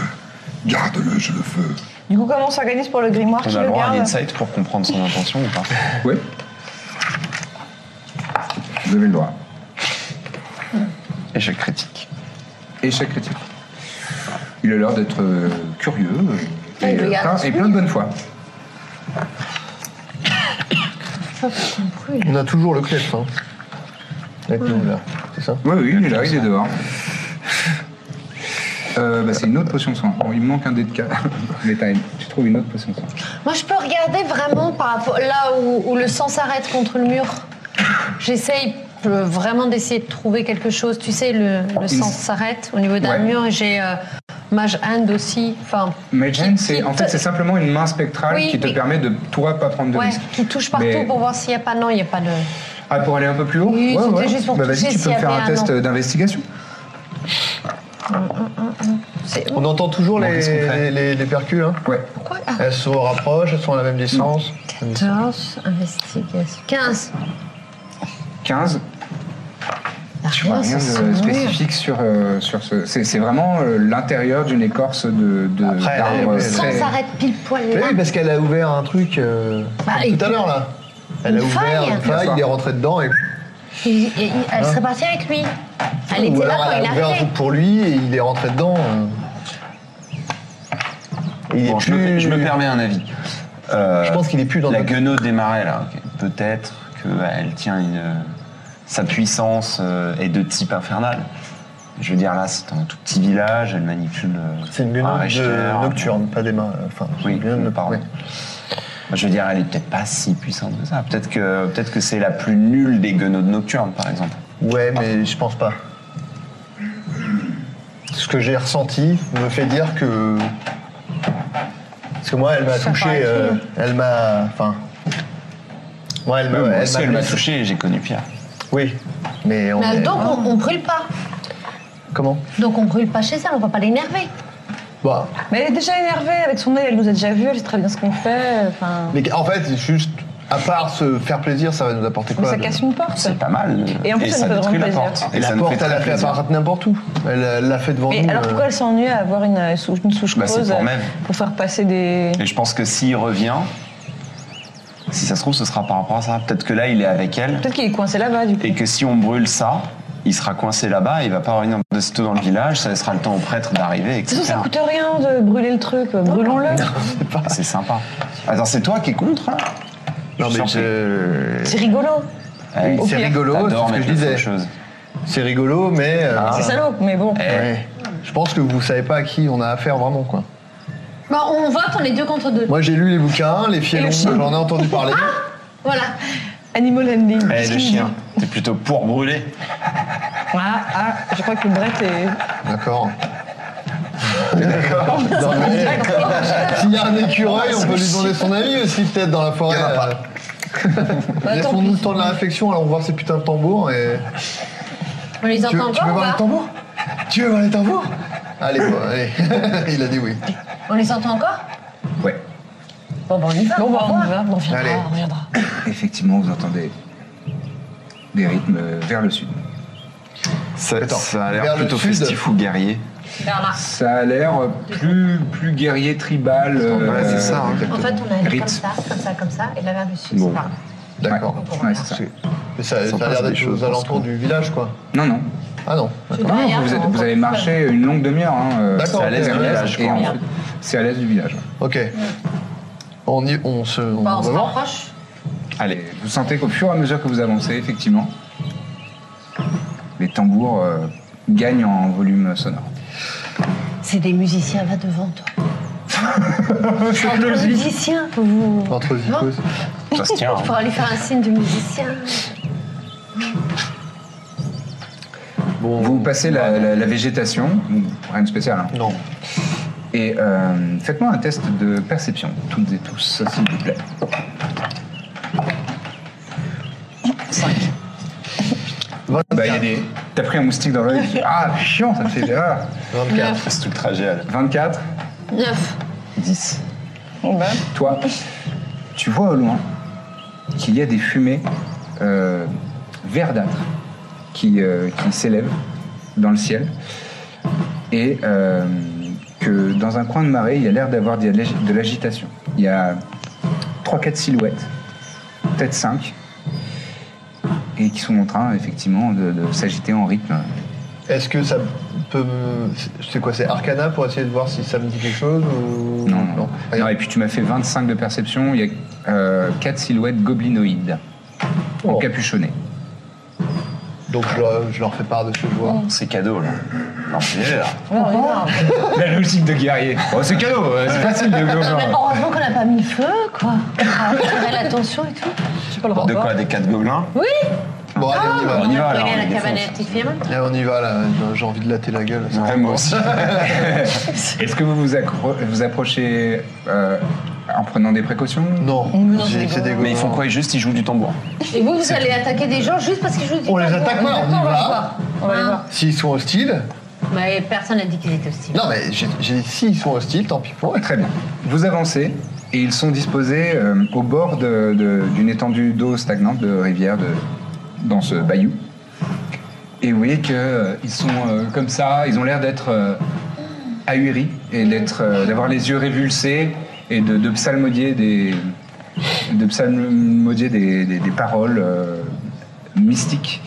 S6: Garde-le, je le veux.
S2: Du coup, comment on s'organise pour le grimoire
S1: On
S2: Qui
S1: a le
S2: le
S1: droit à un
S2: garde
S1: insight pour comprendre son intention ou pas
S5: Oui. Vous avez le droit.
S1: Échec critique.
S5: Échec critique. Il a l'air d'être euh, curieux euh,
S3: Ah,
S5: et,
S3: il
S5: euh,
S3: regarde.
S5: plein, et plein de bonne foi.
S4: On a toujours le clef. Hein. Avec nous là, c'est ça.
S5: Oui, oui, il est là, il est dehors. Euh, bah, c'est une autre potion de soin. Bon, il me manque un dé de 4. Mais t'as une- tu trouves une autre potion de soin.
S3: Moi, je peux regarder vraiment par rapport là où, où le sang s'arrête contre le mur. J'essaye euh, vraiment d'essayer de trouver quelque chose. Tu sais, le, le sang s'arrête au niveau d'un
S5: Ouais.
S3: mur et j'ai euh, Mage Hand aussi. Enfin,
S5: Mais Jane, c'est,
S3: qui
S5: en
S3: te-
S5: fait, c'est simplement une main spectrale
S3: Oui,
S5: qui te
S3: oui.
S5: permet de, toi, pas prendre de
S3: ouais,
S5: risques.
S3: qui touche partout
S5: Mais-
S3: pour voir s'il n'y a pas. Non, il n'y a pas de.
S5: Ah, pour aller un peu plus haut
S3: Oui, c'était juste pour
S5: Bah,
S3: toucher
S5: vas-y, tu
S3: s'il
S5: peux
S3: y
S5: me faire
S3: avait
S5: un
S3: un
S5: test
S3: nom.
S5: d'investigation.
S3: C'est
S4: On entend toujours les,
S5: qu'est-ce qu'on fait
S4: les, les, les percus. Hein.
S5: Ouais.
S3: pourquoi Ah,
S4: Elles se rapprochent, elles sont à la même distance.
S3: 14, investigation. 15.
S5: 15. Tu
S3: Ah,
S5: vois rien de spécifique sur, euh, sur ce. C'est, c'est vraiment euh, l'intérieur d'une écorce de, de
S4: Après,
S5: d'arbre euh,
S4: elle-
S3: Le
S4: elle-
S3: sang
S5: très-
S3: s'arrête pile poil
S4: Mais
S3: là.
S4: oui, parce qu'elle a ouvert un truc euh,
S3: Hein Bah,
S4: comme
S3: et
S4: tout à
S3: puis-
S4: l'heure là. Elle a
S3: Une
S4: ouvert
S3: faille. hein.
S4: une faille, il est rentré dedans et.
S3: Et- et- et
S5: Ah.
S3: elle serait partie avec lui. Elle
S4: Ou
S3: était là
S4: alors
S3: quand
S4: elle
S3: il
S4: a ouvert un
S3: arrivait.
S4: truc pour lui et il est rentré dedans. euh. Et il est
S1: Bon, je, me,
S4: plus-
S1: je me permets un avis. Euh,
S4: Je pense qu'il est plus dans
S1: La
S4: notre-
S1: guenaude des marais là. ok. Peut-être qu'elle tient une, euh, sa puissance euh, est de type infernal. Je veux dire là, c'est un tout petit village, elle manipule. euh,
S4: C'est une
S1: un
S4: guenouille
S1: Rechter.
S4: de- nocturne, pas des mains. euh, Enfin,
S1: Oui,
S4: une guenouille,
S1: pardon.
S4: oui.
S1: Moi, Je veux dire, elle est peut-être pas si puissante que ça. Peut-être que, peut que c'est la plus nulle des guenaudes nocturnes, par exemple.
S4: Ouais, mais je pense pas. Ce que j'ai ressenti me fait dire que. Parce que moi, elle m'a
S3: Ça
S4: touché.
S3: paraît
S4: euh,
S3: cru.
S4: elle m'a. Enfin. Ouais, elle m'a.
S1: Ouais, moi
S4: elle
S1: aussi,
S4: m'a
S1: elle m'a
S4: blessé.
S1: touché et j'ai connu Pierre.
S4: Oui. Mais on.
S3: Mais
S4: est-
S3: donc on, on brûle pas.
S4: Comment
S3: Donc on brûle pas chez elle, on va pas l'énerver.
S4: Bah,
S2: Mais elle est déjà énervée avec son œil, elle nous a déjà vu, elle sait très bien ce qu'on fait. Enfin,
S4: mais en fait, juste. À part se faire plaisir, ça va nous apporter
S2: mais
S4: quoi
S2: ça
S4: de-
S2: casse une porte.
S1: C'est pas mal. euh,
S2: Et en plus, ça nous fait
S1: détruit
S2: vraiment
S1: la
S2: plaisir.
S1: porte. Et
S4: la
S1: ça nous
S4: porte,
S1: fait
S4: elle
S1: très
S4: l'a fait
S1: plaisir.
S4: apparaître n'importe où. Elle euh, l'a fait devant
S2: Mais
S4: nous.
S2: alors
S4: euh.
S2: pourquoi elle s'ennuie à avoir une, euh, sou- une souche
S1: Bah, c'est
S2: creuse
S1: pour
S2: euh,
S1: Mev.
S2: pour faire passer des.
S1: Et je pense que s'il revient, si ça se trouve, ce sera par rapport à ça. Peut-être que là, il est avec elle.
S2: Peut-être qu'il est coincé là-bas du coup.
S1: Et que si on brûle ça, il sera coincé là-bas, il va pas revenir de sitôt dans le village, ça laissera le temps au prêtre d'arriver,
S2: De toute
S1: etc.
S2: façon, ça coûte rien de brûler le truc, euh, brûlons-le.
S1: C'est sympa. Attends, c'est toi qui es contre là
S4: Non, mais
S1: Surpris.
S4: je-
S2: C'est rigolo.
S1: Eh,
S4: c'est
S2: pire.
S4: rigolo, c'est
S1: T'adores
S4: ce que
S1: mettre
S4: je
S1: les
S4: disais.
S1: choses. Ah.
S4: C'est rigolo, mais. euh,
S2: C'est salaud, mais bon.
S1: Eh,
S4: ouais. Je pense que vous savez pas à qui on a affaire vraiment, quoi.
S3: Bon, on vote, on est deux contre deux.
S4: Moi, j'ai lu les bouquins, les filles,
S2: Et le
S4: elles
S2: chien. Ah,
S4: l'ont- j'en ai entendu parler.
S3: Voilà.
S2: Animal Handling.
S1: eh,
S2: qu'est-ce
S1: le
S2: qu'il
S1: chien,
S2: dit
S1: t'es plutôt pour brûler.
S2: Ah, ah, je crois que Brett est.
S4: D'accord. D'accord. Non, mais- S'il y a un écureuil, on peut lui demander son avis aussi, peut-être, dans la forêt. euh. Laissons-nous le temps de la réflexion, allons voir ces putains de tambours et.
S3: On les
S4: Tu veux,
S3: entend
S4: tu
S3: encore
S4: veux
S3: ou
S4: voir les
S3: pas
S4: tambours Tu veux voir les tambours Allez, bon, allez. Il a dit oui.
S3: On les entend encore
S5: Ouais,
S2: Bon, bah, on y va. Bon, bah, on y va. Bon,
S4: Allez.
S2: on reviendra.
S5: effectivement, vous entendez des rythmes euh, vers le sud.
S1: Ça,
S4: Attends,
S1: ça a
S4: vers
S1: l'air
S4: le
S1: plutôt
S4: sud.
S1: festif ou guerrier.
S3: Vers là.
S5: Ça a l'air euh, plus, plus guerrier tribal. euh,
S1: Ouais,
S4: Euh,
S1: c'est ça, hein.
S3: En
S5: exactement.
S3: fait, on a allait
S5: Rite.
S3: comme ça, comme ça, comme ça, et la vers le sud,
S1: Bon.
S3: c'est par là.
S4: D'accord.
S5: Ouais, ouais, c'est ça.
S4: Mais ça,
S1: Ça
S4: ça a
S1: passe
S4: l'air
S1: des
S4: d'être
S1: choses,
S4: aux alentours du village, quoi.
S5: Non, non.
S4: Ah non.
S3: Tout
S5: Non, non,
S3: derrière,
S5: vous,
S3: on
S5: êtes-
S3: rencontre
S5: vous avez
S3: tout.
S5: marché une longue demi-heure. hein, euh,
S4: D'accord,
S5: c'est à l'est du
S4: ok, ouais,
S5: village,
S1: je
S5: et
S1: comprends.
S5: ensuite, C'est à l'est du village.
S4: Ok. On, y, on se. On
S3: Bah, on
S4: va
S3: se
S4: voir.
S3: rapproche.
S5: Allez, vous sentez qu'au fur et à mesure que vous avancez, effectivement, les tambours euh, gagnent en volume sonore.
S3: C'est des musiciens, va devant toi. Entre musiciens, vous.
S4: Entre zikos.
S1: Ça se tient. hein.
S3: Il faudra lui faire un signe de musicien.
S4: Bon.
S5: Vous passez la, la- la végétation, rien de spécial, hein.
S4: Non.
S5: et euh, faites-moi un test de perception, toutes et tous, s'il vous plaît.
S4: 24.
S5: Bah, il y a des- T'as pris un moustique dans l'œil, tu dis, ah, chiant, ça me fait. ah.
S4: 24.
S1: C'est tout le trajet. à la-
S5: 24,
S3: 9.
S1: 10.
S2: Bon, bah,
S5: toi, tu vois au loin qu'il y a des fumées euh, verdâtres qui, euh, qui s'élèvent dans le ciel et euh, que dans un coin de marée, il y a l'air d'avoir de l'agi- de l'agitation. Il y a 3-4 silhouettes, peut-être 5, et qui sont en train effectivement de, de s'agiter en rythme.
S4: Est-ce que ça peut. me- C'est quoi C'est Arcana pour essayer de voir si ça me dit quelque chose ou.
S5: Non, non, non.
S4: Rien.
S5: Non, et puis tu m'as fait 25 de perception, il y a 4 silhouettes gobelinoïdes,
S4: Oh.
S5: encapuchonnées.
S4: Donc je leur, je leur fais part de ce joueur.
S1: C'est cadeau là. Non, c'est là.
S5: La logique de guerrier. Oh, c'est cadeau, euh, c'est facile de gobelin.
S3: Heureusement qu'on n'a pas mis le feu, quoi. Ah, on ferait l'attention et tout.
S2: je sais pas le
S1: De
S2: rapport.
S1: quoi Des quatre gobelins
S4: Bon, allez, on y va.
S1: Ah, on y va là.
S3: Regarde
S1: on
S3: la
S1: défonce.
S3: cabanette, il fait mal.
S4: Allez, on y va là. J'ai envie de latter la gueule.
S1: Ouais, moi aussi.
S5: Est-ce que vous vous, accro- vous approchez euh, en prenant des précautions
S4: Non,
S2: Non,
S4: j'ai-
S2: c'est
S4: c'est dégueu.
S1: Mais ils font quoi Juste, ils jouent du tambour.
S3: Et vous, vous allez attaquer des gens juste parce qu'ils jouent du
S4: On les
S3: tambour.
S4: attaque pas, on y
S3: D'accord,
S4: va.
S2: On
S3: Hein
S2: va aller voir.
S4: S'ils sont hostiles.
S3: Mais personne n'a dit qu'ils étaient hostiles.
S4: Non, mais j'ai j'ai dit s'ils sont hostiles, tant pis pour eux.
S5: Ah, Très bien. Vous avancez et ils sont disposés euh, au bord de- de- d'une étendue d'eau stagnante, de rivière, de, dans ce bayou. Et vous voyez qu'ils sont euh, comme ça, ils ont l'air d'être euh, ahuris et d'être, euh, d'avoir les yeux révulsés et de, de psalmodier des, de psalmodier des, des- des paroles euh, mystiques,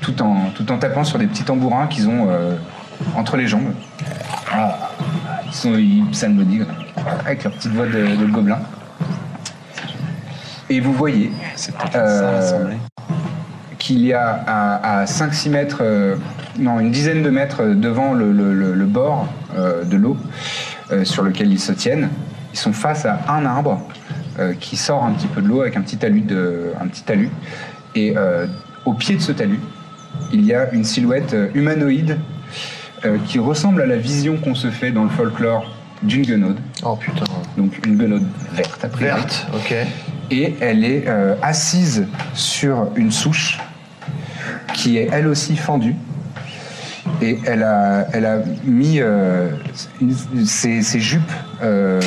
S5: tout en, tout en tapant sur des petits tambourins qu'ils ont euh, entre les jambes. Ah, ils sont ils psalmodient euh, avec leur petite voix de, de gobelin. Et vous voyez
S1: C'est peut-être
S5: Euh,
S1: ça assemblé.
S5: qu'il y a à, à 5-6 mètres, euh, non, une dizaine de mètres devant le, le- le- le bord euh, de l'eau euh, sur lequel ils se tiennent, ils sont face à un arbre euh, qui sort un petit peu de l'eau avec un petit talus. De, un petit talus. Et euh, au pied de ce talus, il y a une silhouette euh, humanoïde euh, qui ressemble à la vision qu'on se fait dans le folklore d'une guenaude,
S4: Oh putain.
S5: donc une guenaude verte à priori
S4: Verte, ok.
S5: et elle est euh, assise sur une souche qui est elle aussi fendue. Et elle a, elle a mis euh, une- ses, ses jupes euh,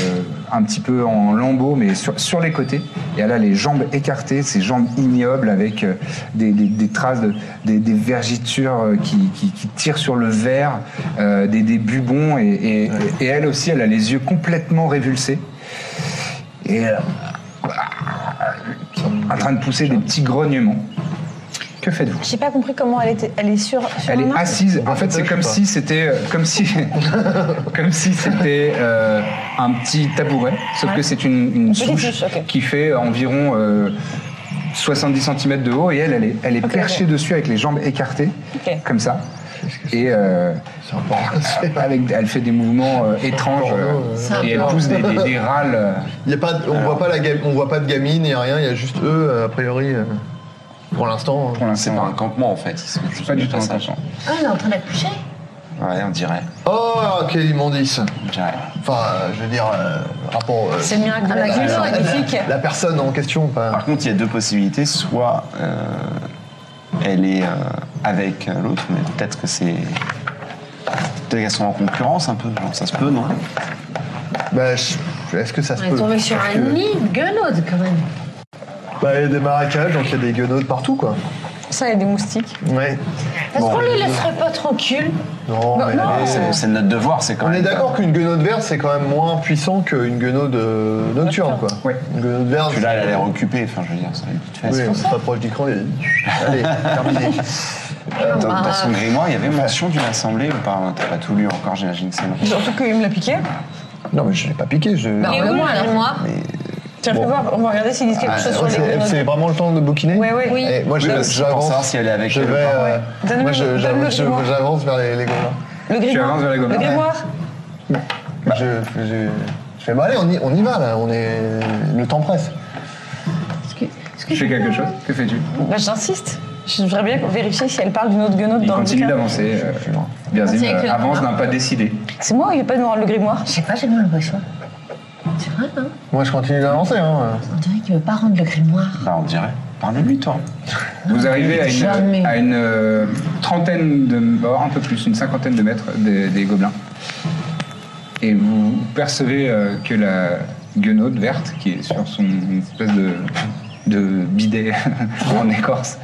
S5: un petit peu en lambeaux, mais sur, sur les côtés. Et elle a les jambes écartées, ses jambes ignobles avec euh, des, des- des traces, de, des, des vergitures euh, qui, qui- qui tirent sur le verre, euh, des, des bubons. Et, et- et elle aussi, elle a les yeux complètement révulsés. Et euh, en train de pousser des petits grognements. Que faites-vous
S2: J'ai pas compris comment elle était. Elle est sur. sur
S5: Elle
S2: un
S5: est
S3: Ah,
S2: arbre
S5: assise. En fait,
S4: peut-être,
S5: c'est
S4: je
S5: comme
S4: sais pas.
S5: si c'était euh, comme si comme si c'était euh, un petit tabouret, sauf
S2: Ouais.
S5: que c'est une, une
S2: petite
S5: souche
S2: souche, ok.
S5: qui fait environ euh, 70 cm de haut et elle, elle est, elle est
S2: Ok,
S5: perchée dessus avec les jambes écartées,
S2: Ok.
S5: comme ça. Et euh,
S4: C'est un porno, c'est-
S5: avec, elle fait des mouvements euh, étranges
S4: porno,
S5: euh,
S4: euh,
S3: C'est un
S5: et elle
S3: porno.
S5: pousse des, des- des râles. euh,
S4: Il Y a pas, on, voit pas la, ga- on voit pas de gamine, il a rien, il y a juste eux, euh, a priori, euh, pour l'instant. hein.
S5: pour
S1: C'est
S5: l'instant.
S1: pas un campement en fait, ils sont juste
S5: pas du
S1: de
S5: tout un
S1: passage.
S3: Ah, il est en train d'appuyer.
S1: Ouais, on dirait.
S4: Oh, quelle immondice
S1: On dirait.
S4: Enfin, euh, je veux dire, euh, rapport. euh,
S2: C'est le miracle de
S3: Ah,
S2: la
S3: la
S2: vie,
S3: gueule,
S2: c'est magnifique.
S4: la personne en question, pas.
S1: Par contre, il y a deux possibilités. Soit euh, elle est euh, avec euh, l'autre, mais peut-être que c'est. Peut-être qu'elles sont en concurrence un peu. Genre, ça se peut, non
S4: Bah, je- est-ce que ça se
S3: On est
S4: peut
S3: tombé sur un nid de guenaude quand même.
S4: Bah, il y a des marécages, donc il y a des guenaudes partout, quoi.
S2: Ça, il y a des moustiques.
S4: Ouais.
S3: Est-ce qu'on les laisserait pas tranquilles
S4: Non, mais allez,
S1: C'est c'est notre devoir, c'est quand
S4: On
S1: même.
S4: est d'accord qu'une guenaude verte, c'est quand même moins puissant qu'une guenaude euh, nocturne, quoi.
S5: Ouais.
S4: Une guenaude verte.
S1: Puis là, elle a l'air occupée. Enfin, je veux dire, ça a une petite
S4: Oui,
S1: face.
S4: on s'approche du cran et... Allez, terminé.
S1: Dans, dans
S3: bah,
S1: son grimoire, il y avait mention d'une assemblée ou pas T'as pas tout lu encore, j'imagine, c'est non.
S2: Surtout qu'il me l'a piqué.
S4: Non, mais je l'ai pas piqué, je... Ah
S3: Il est où
S2: moi,
S3: le grimoire
S2: Tiens, fais voir, on va regarder s'ils disent quelque
S4: Ah,
S2: chose sur
S4: ouais,
S2: les
S4: c'est- c'est
S2: guenaudes.
S4: vraiment le temps de bouquiner
S2: Ouais, ouais.
S3: Oui.
S4: Et moi,
S1: Oui,
S4: je-
S1: parce que pour savoir
S4: j'avance.
S1: si elle est avec
S4: je
S1: elle ou
S4: vais,
S1: pas.
S4: euh,
S2: Donne-le,
S4: moi, je-
S2: donne-le,
S4: j'avance
S2: dis-moi.
S4: je- j'avance vers les, les gobelins.
S2: Le grimoire.
S5: avances vers les
S2: Le
S5: gobelins.
S2: grimoire.
S4: Je, je- je fais, bah allez, on y, on y va, là, on est... Le temps presse.
S5: Tu fais quelque chose Que fais-tu
S2: Bah, J'insiste. Je voudrais bien vérifier si elle parle d'une autre guenote
S5: Il
S2: dans le
S5: continue
S2: bouquin.
S5: d'avancer. euh, Birzim
S3: Vas-y, avec
S5: euh,
S3: le
S5: avance
S3: grimoire.
S5: d'un pas décidé.
S2: C'est moi ou il n'y a pas de noir le grimoire
S6: Je sais pas, j'ai bien l'impression.
S3: C'est vrai, hein
S4: Moi, je continue d'avancer, hein.
S3: On dirait qu'il veut pas rendre le grimoire.
S1: Bah, on dirait. Parle-lui, toi.
S5: Vous arrivez à une,
S3: Jamais.
S5: à une, euh, trentaine de, bah, un peu plus, une cinquantaine de mètres des, des gobelins. Et vous percevez euh, que la guenaude verte, qui est sur son espèce de, de bidet en écorce,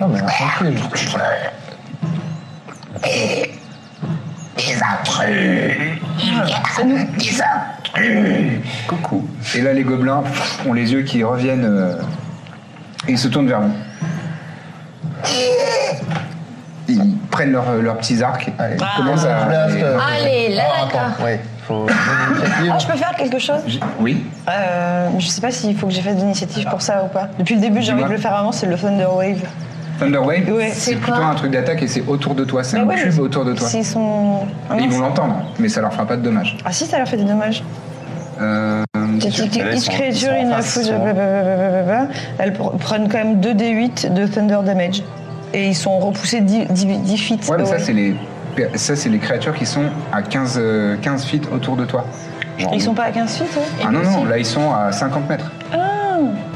S4: Non, mais tranquille.
S6: Des intrus Des intrus
S1: Coucou.
S5: et là les gobelins ont les yeux qui reviennent euh, et ils se tournent vers vous. Ils prennent leurs leurs petits arcs,
S4: Allez,
S5: ils commencent à.
S4: Ah, Blast, euh,
S3: Allez, là,
S4: ah,
S3: d'accord.
S4: attends, ouais, faut... l'initiative.
S2: Ah, je peux faire quelque chose
S5: Oui,
S2: euh, mais Je sais pas s'il faut que j'ai fasse d'initiative pour ça ou pas. Depuis le début, j'ai envie de
S5: Dis-moi.
S2: le faire avant, c'est le Thunder Wave.
S5: Thunderwave,
S2: Ouais.
S5: c'est
S3: C'est
S5: plutôt
S3: quoi
S5: un truc d'attaque et c'est autour de toi, c'est un
S2: Bah ouais,
S5: cube
S2: mais
S5: autour de toi.
S2: S'ils sont. Ah,
S5: Et ils
S2: mince.
S5: vont l'entendre, mais ça leur fera pas de dommage.
S2: Ah si, ça leur fait des dommages.
S5: Euh,
S1: Ils
S2: Each
S1: sont-
S2: creature
S1: ils sont en
S2: in a
S1: face,
S2: food.
S1: ils sont-
S2: blablabla. Elles pr- prennent quand même 2d8 de Thunder Damage. Et ils sont repoussés 10, 10, 10 feet.
S5: ouais, mais ça,
S2: away.
S5: c'est les, ça, c'est les créatures qui sont à 15, euh, 15 feet autour de toi.
S1: Genre,
S2: Ils sont pas à 15 feet, hein
S5: Ah non, non, là, ils sont à 50 mètres.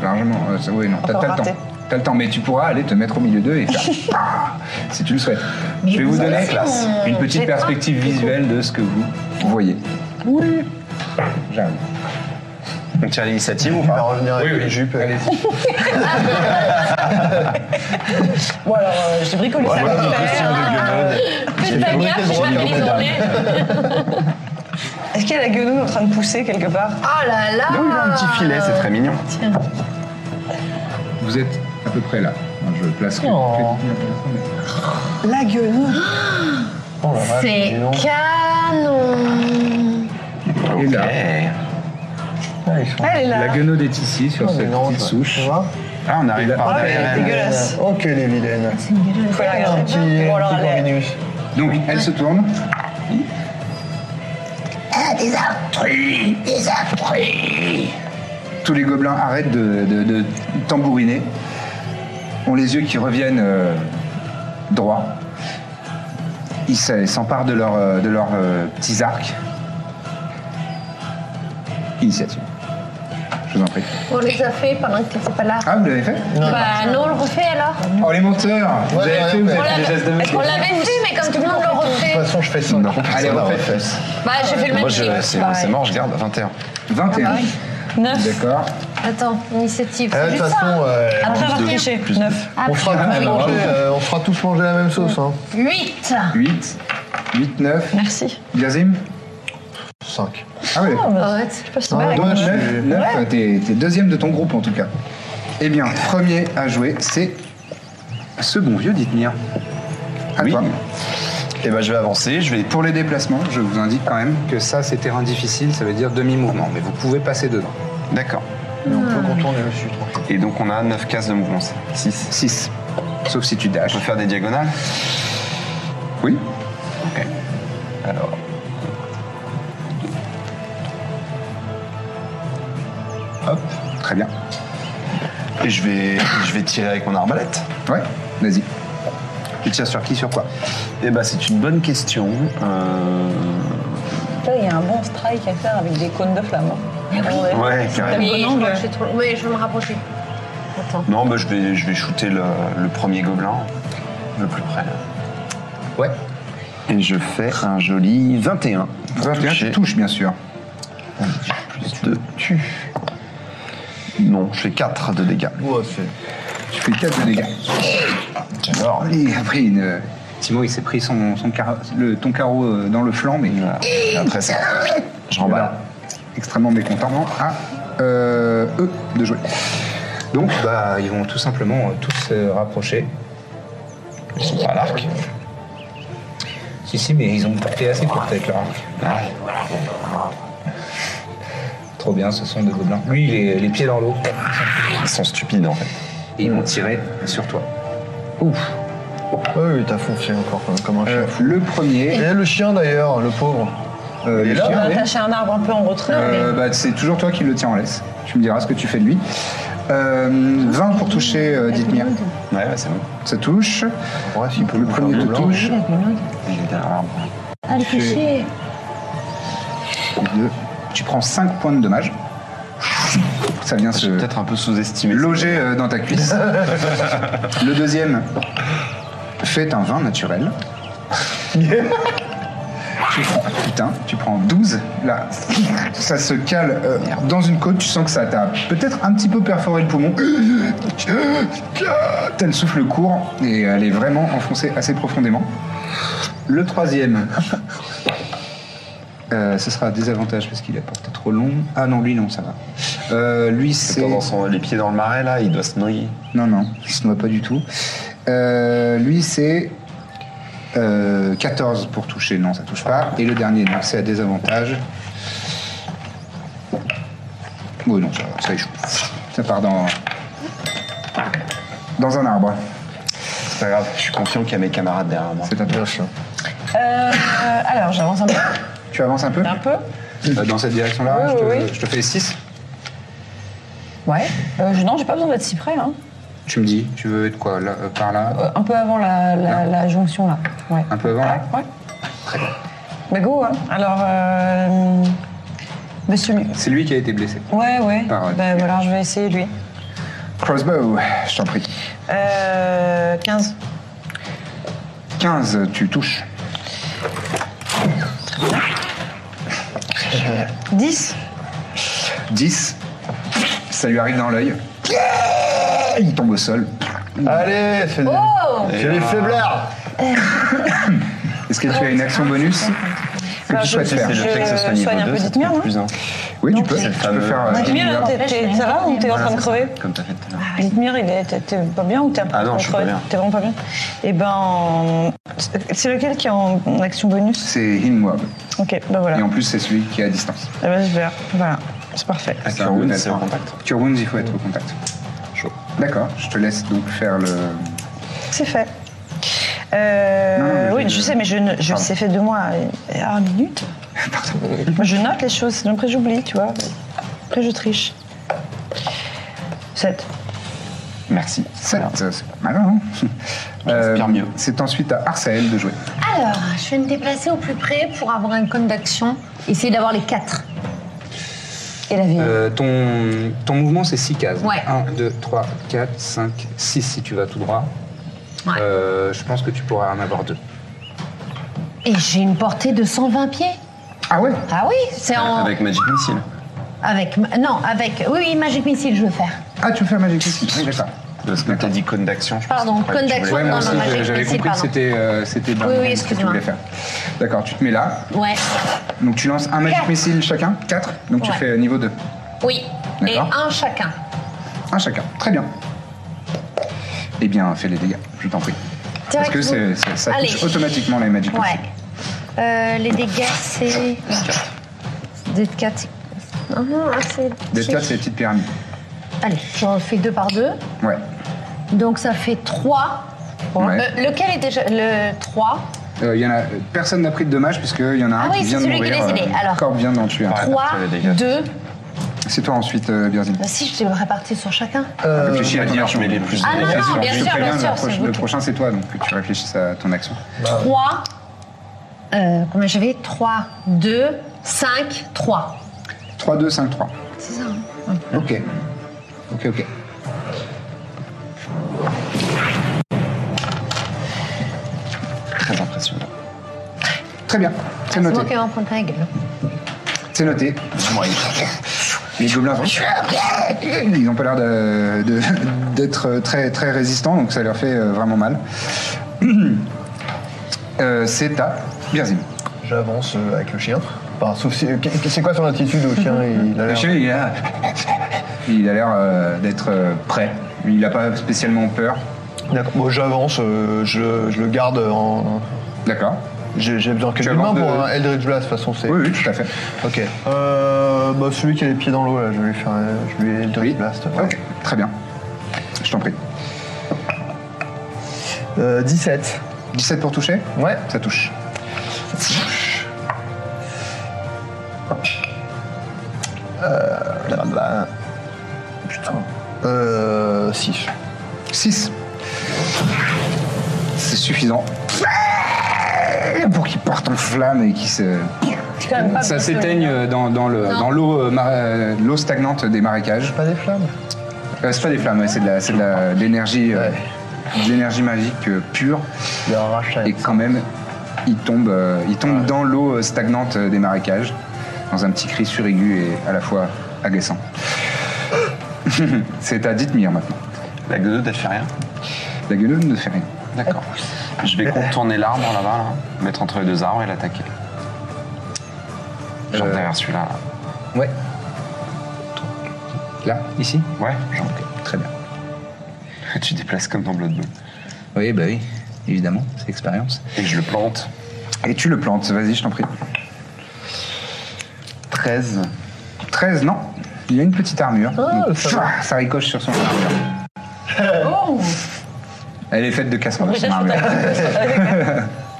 S5: Largement. euh, ça- oui, non, t'as
S2: Encore
S5: t'as le
S2: raté.
S5: temps. T'as le temps, mais tu pourras aller te mettre au milieu d'eux et faire Pah si tu le souhaites. Je vais vous
S3: vous
S5: donner
S3: avez classe.
S5: une petite
S3: J'ai-
S5: perspective visuelle de ce que vous voyez. Oui. J'arrive.
S1: on tire l'initiative ou
S4: On va
S1: pas
S4: revenir avec les jupes.
S5: Allez-y.
S2: Bon alors, euh, j'ai bricolé ça.
S4: Voilà,
S2: comme
S4: notre
S2: ça.
S4: question de guenaude.
S3: Faites pas
S4: J'ai
S3: gaffe, je vais
S4: fabriqué le droit
S3: les
S4: de
S3: enlever.
S2: Est-ce qu'il y a la guenouille en train de pousser quelque part Ah,
S3: Oh là là
S1: Non, il a un petit filet, c'est très mignon.
S3: Tiens.
S5: Vous êtes à peu près là. Je placerai.
S4: Oh.
S2: La guenouille
S4: Oh la vache, dis
S3: C'est
S4: donc.
S3: canon
S5: Et là.
S1: Ok.
S4: Ah, ils sont-
S2: Elle est là.
S5: La guenaude est ici, sur
S4: Ah, mais
S5: cette
S4: non,
S5: petite
S4: ça-
S5: souche.
S4: tu vois
S1: Ah, on arrive
S5: Ah,
S1: par
S2: Ah, mais elle est
S1: derrière.
S2: dégueulasse.
S4: Oh, qu'elle est vilaine.
S2: Faut la
S4: Un
S2: regarder.
S4: petit,
S5: euh,
S2: Bon, alors,
S4: un petit
S2: elle est-
S4: Corvinus.
S5: Donc, elle se tourne.
S6: Ah, des intrus Des intrus
S5: Tous les gobelins arrêtent de, de- de tambouriner. Ont les yeux qui reviennent euh, droits. Ils se- s'emparent de leurs euh, de leurs, euh, petits arcs. Initiative. Je vous en prie.
S3: On les a fait pendant que t'étais pas là.
S5: Ah, vous l'avez fait
S3: Bah non, on le refait alors.
S5: Oh, les menteurs Vous
S4: Ouais,
S5: avez
S4: ouais,
S5: fait, vous
S4: ouais.
S5: avez
S3: On
S5: fait des gestes de
S3: l'avait-
S5: magie.
S3: on l'avait fait, mais comme tout le monde le
S4: De
S3: refait.
S4: toute façon, je fais ça.
S5: Allez,
S4: Ça va,
S5: refais.
S4: refais.
S3: Bah j'ai fait le même
S1: Moi, je-
S3: chose.
S1: c'est c'est mort, je garde 21.
S5: 21.
S2: 9.
S5: D'accord.
S3: Attends, initiative.
S4: Euh, De
S3: c'est
S4: toute
S3: juste
S4: façon,
S3: ça.
S4: euh,
S2: Après avoir
S1: deux.
S2: triché.
S1: Plus
S2: 9.
S4: on fera tous manger, euh, on fera tous manger la même sauce.
S3: Hmm.
S4: Hein.
S3: 8
S5: 8. 8, 9.
S2: Merci. Oh,
S5: Yazim
S4: 5.
S5: Ah oui.
S3: Arrête.
S2: Je passe mal
S4: Ah,
S2: avec
S4: dommage.
S2: bah moi.
S5: Neuf, neuf, t'es, t'es deuxième de ton groupe en tout cas. Eh bien, premier à jouer, c'est ce bon vieux d'Ithnir. À
S1: Oui.
S5: toi.
S1: Et ben je vais avancer, je vais.
S5: Pour les déplacements, je vous indique quand même que ça, c'est terrain difficile, ça veut dire demi-mouvement, mais vous pouvez passer dedans.
S1: D'accord.
S4: Mais on peut contourner le sud. tranquille.
S1: Et donc on a 9 cases de mouvement, 6.
S5: 6. Sauf si tu
S1: Je
S5: dashes.
S1: peux faire des diagonales
S5: Oui.
S1: Ok. Alors.
S5: Hop. Très bien.
S1: Et je vais, je vais tirer avec mon arbalète.
S5: Ouais, vas-y. Tu tires sur qui, sur quoi
S1: Eh ben c'est une bonne question. Euh,
S2: Là, il y a un bon strike à faire avec des cônes de flamme. hein. Ouais.
S1: Ouais, carrément.
S3: Oui, je
S2: bon angle.
S3: crois que j'ai trop- Mais je vais me rapprocher. Attends.
S1: Non, bah, je, vais, je vais shooter le, le premier gobelin, le plus près. là.
S5: Ouais.
S1: Et je fais un joli 21.
S5: 21,
S1: J'ai
S5: tu touches, bien sûr.
S1: plus de tu. Non, je fais 4 de dégâts.
S4: Ouais, c'est-
S5: Tu fais 4 de dégâts.
S1: J'adore.
S5: Et après, une... Timon, il s'est pris son, son car- le, ton carreau euh, dans le flanc, mais euh,
S1: Voilà. Et
S5: Ah,
S1: Après ça, je remballe.
S5: extrêmement mécontent hein, à euh, eux de jouer. Donc, bah, ils vont tout simplement euh, tous se rapprocher.
S1: Ils sont pas à l'arc.
S5: Si, si, mais ils ont coupé assez court avec leur arc. bah, Trop bien, ce sont des gobelins. Lui, il est les pieds dans l'eau.
S1: Ils sont stupides en fait.
S5: Et ils vont tirer sur toi.
S4: Ouais, oui, t'as foncé encore comme- comme un chien.
S5: Euh, le premier.
S4: Et le chien d'ailleurs, le pauvre.
S5: euh, le
S4: là, bah,
S5: chien,
S2: On a
S5: oui.
S2: attaché un arbre un peu en retrait.
S5: Euh, bah, c'est toujours toi qui le tiens en laisse. Tu me diras ce que tu fais de lui. Euh, 20 pour toucher, euh, Dithmir.
S1: Ouais, bah, c'est bon.
S5: Ça touche.
S4: Ouais, s'il peut
S5: Le premier te touche.
S1: Il est derrière l'arbre.
S2: Ah, le
S5: fichier. Deux. Tu prends 5 points de dommage. Ça vient se
S1: J'ai peut-être un peu sous-estimé.
S5: loger euh, dans ta cuisse. le deuxième fait un vin naturel. tu prends, putain, tu prends 12. Là, ça se cale euh, dans une côte. Tu sens que ça t'a peut-être un petit peu perforé le poumon. T'as le souffle court et elle est vraiment enfoncée assez profondément. Le troisième. Euh, ce sera un désavantage parce qu'il a porté trop long. Ah non, lui non, ça va. Euh, lui c'est...
S1: Pendant son, les pieds dans le marais là, il doit se noyer.
S5: Non, non, il se noie pas du tout. Euh, lui, c'est euh, 14 pour toucher. Non, ça touche pas. Et le dernier, non, c'est à désavantage. Oui, Oh, non, ça, ça échoue. Ça part dans, dans un arbre.
S1: C'est pas grave, je suis confiant qu'il y a mes camarades derrière moi.
S5: C'est à toi.
S2: Euh, alors, j'avance un peu.
S5: Tu avances un peu
S2: Un peu
S5: Euh, Dans cette direction-là,
S2: Oui,
S5: je, te-
S2: oui, oui.
S5: je te fais 6.
S2: Ouais. Euh, je- non, j'ai pas besoin d'être si près. Hein.
S5: Tu me dis, tu veux être quoi là, euh, Par là
S2: Euh, un peu avant la, la- la jonction, là. Ouais.
S5: Un peu avant là
S2: Ouais. Bah go, hein. Alors, euh, monsieur lui.
S5: C'est lui qui a été blessé.
S2: Ouais, ouais.
S5: Parole.
S2: Bah voilà, je vais essayer lui.
S5: Crossbow, je t'en prie.
S2: Euh, 15.
S5: 15, tu touches.
S2: 10.
S5: 10. Ça lui arrive dans l'œil. Il tombe au sol.
S4: Allez, c'est des... c'est des faiblards
S5: Est-ce que tu as une action bonus que
S2: Bah,
S5: tu
S2: je-
S5: souhaites
S2: je-
S5: faire
S1: C'est le fait que ce soit niveau
S2: soigne un
S1: 2,
S2: peu
S1: ça te
S2: Dithmir,
S1: fait
S2: non
S1: plus un.
S5: Oui, tu peux.
S1: c'est le
S5: Tu peux
S1: fameux-
S5: faire. euh,
S2: Dithmir, t'es- t'es- ça va ou t'es en train de crever
S1: Comme t'as fait tout à l'heure.
S2: Dithmir, il est- t'es- t'es pas bien ou t'es en
S1: Ah
S2: train
S1: non,
S2: de
S1: je suis pas
S2: crever
S1: bien.
S2: T'es vraiment pas bien Eh ben. c'est- C'est lequel qui est en en action bonus
S5: C'est Healing Word.
S2: Ok, ben voilà.
S5: Et
S2: Eh
S5: en plus, c'est celui qui est à distance.
S2: ben, je vais. Voilà, c'est parfait.
S1: Ah,
S5: C'est un bon
S1: Curwood,
S5: aide.
S1: Ah, c'est au contact.
S5: Cure Wounds, il faut être au contact.
S1: Chaud.
S5: D'accord, je te laisse donc faire le.
S2: C'est fait. Euh,
S5: Non, mais
S2: oui,
S5: je-
S2: je sais, mais je, ne- je
S5: Pardon.
S2: sais fait de moi à à une minute. Moi, je note les choses, sinon après j'oublie, tu vois. Après je triche. 7.
S1: Merci.
S5: 7. C'est pas mal, hein Euh,
S1: mieux.
S5: C'est ensuite à Arsael de jouer.
S3: Alors, je vais me déplacer au plus près pour avoir un cône d'action. Essayer d'avoir les quatre.
S2: Et la vie.
S5: Euh, ton, mouvement, c'est 6 cases.
S3: Ouais.
S5: 1, 2, 3, 4, 5, 6 si tu vas tout droit. Euh,
S3: Ouais.
S5: je pense que tu pourras en avoir 2.
S3: Et j'ai une portée de 120 pieds.
S5: Ah ouais
S3: Ah oui, c'est en...
S1: Avec Magic Missile.
S3: Avec... Non, avec... Oui, oui, Magic Missile, je veux faire.
S5: Ah, tu fais un Magic Missile. Oui, d'accord.
S1: Parce que t'as dit cône d'action, je pense.
S3: Pardon,
S1: que tu
S3: cône
S1: voulais-
S3: d'action.
S5: Ouais,
S3: Non,
S5: moi aussi,
S3: non, Magic
S5: j'avais
S3: Missile,
S5: compris que
S3: pardon.
S5: c'était euh, c'était dans
S3: Oui, oui,
S5: le- ce que tu
S3: excuse-moi.
S5: voulais faire. D'accord, tu te mets là.
S3: Ouais.
S5: Donc tu lances un Magic
S3: Quatre.
S5: Missile chacun, 4. Donc tu
S3: Ouais.
S5: fais niveau 2.
S3: Oui. Et
S5: D'accord.
S3: un chacun.
S5: Un chacun. Très bien. Eh bien, fais les dégâts, je t'en prie. Parce que c'est- c'est- ça touche
S3: Allez.
S5: automatiquement les magiques.
S3: Ouais. Euh, les dégâts, c'est. Des 4. Non, non, ah, c'est.
S5: Des quatre, c'est les petites pyramides.
S3: Allez, j'en fais deux par deux.
S5: Ouais.
S3: Donc ça fait 3.
S5: Ouais.
S3: lequel est déjà. Le 3.
S5: Euh, il y en a, personne n'a pris de dommages puisqu'il y en a un
S3: Ah oui,
S5: qui
S3: c'est
S5: vient de
S3: celui qui
S5: mourir.
S3: les aidait,
S5: euh,
S3: alors.
S5: Corbe vient d'en tuer un.
S3: 3,
S1: après, les dégâts.
S3: 2.
S5: C'est toi ensuite, euh, Birzim.
S3: Bah, si, je t'ai réparti sur chacun.
S5: Ah. Réfléchis à ton
S1: dire,
S5: action.
S1: Euh, je mets les plus de
S3: Ah, non,
S1: dégâts.
S3: non,
S5: Je te
S3: bien sûr, bien
S5: préviens,
S3: sûr,
S5: le, proche-
S3: c'est
S5: le
S3: vous qui-
S5: prochain c'est toi, donc tu réfléchisses à ton action.
S3: 3. Euh, combien j'avais 3, 2, 5, 3.
S5: 3, 2, 5, 3.
S3: C'est ça. hein.
S5: Ok. Ok, ok.
S1: Très impressionnant.
S5: Très bien, c'est
S3: Ah, C'est moi
S5: noté.
S3: qui vais en prendre plein la gueule.
S5: C'est noté. Les gobelins font- Ils n'ont pas l'air de- de- d'être euh, très, très résistants, donc ça leur fait euh, vraiment mal. Euh, c'est à Birzim.
S4: J'avance euh, avec le chien. Enfin, sauf si- euh, qu'est- qu'est- c'est quoi son attitude au chien Il a
S5: Le
S4: l'air.
S5: chien, il a il a l'air euh, d'être euh, prêt. Il n'a pas spécialement peur.
S4: D'accord. Bon, j'avance, euh, je, je le garde en.
S5: D'accord.
S4: J'ai j'ai besoin que
S5: Tu
S4: d'une main
S5: avances de-
S4: pour un Eldritch Blast, de toute façon, c'est.
S5: Oui, oui, tout à fait.
S4: Ok. Euh, bah, celui qui a les pieds dans l'eau, là, je vais lui faire. un- Je lui ai Eldritch
S5: Oui.
S4: Blast. ouais.
S5: Ok, très bien. Je t'en prie.
S4: Euh, 17.
S5: 17 pour toucher
S4: Ouais.
S5: Ça touche.
S4: Ah bah, Putain. Euh. 6.
S5: 6. C'est suffisant. Pour qu'il parte en flamme et qu'il se. Ça s'éteigne euh, dans, dans le- dans l'eau euh, mar- euh, l'eau stagnante des marécages.
S4: Pas des flammes
S5: Euh, c'est pas des flammes, ouais, c'est de la- c'est de la- de l'énergie euh, de l'énergie magique euh, pure.
S4: Il a arraché.
S5: Et quand même, il tombe, euh, il tombe dans l'eau euh, stagnante euh, des marécages, dans un petit cri suraigu et à la fois agaçant. C'est à Dithmir maintenant.
S1: La gueule, elle fait rien.
S5: La gueule ne fait rien.
S1: D'accord. Je vais contourner l'arbre là-bas, là, mettre entre les deux arbres et l'attaquer. Genre
S5: Euh.
S1: derrière celui-là. là.
S5: Ouais. Là, ici
S1: Ouais, genre.
S5: Très bien.
S1: Tu déplaces comme dans Blood Bowl.
S5: Oui, bah oui, évidemment, c'est l'expérience.
S1: Et je le plante.
S5: Et tu le plantes, vas-y, je t'en prie.
S1: 13.
S5: 13, non Il a une petite armure. Donc,
S4: ça
S5: pfff, ça, ricoche sur son armure. Elle est faite de casserole, son armure.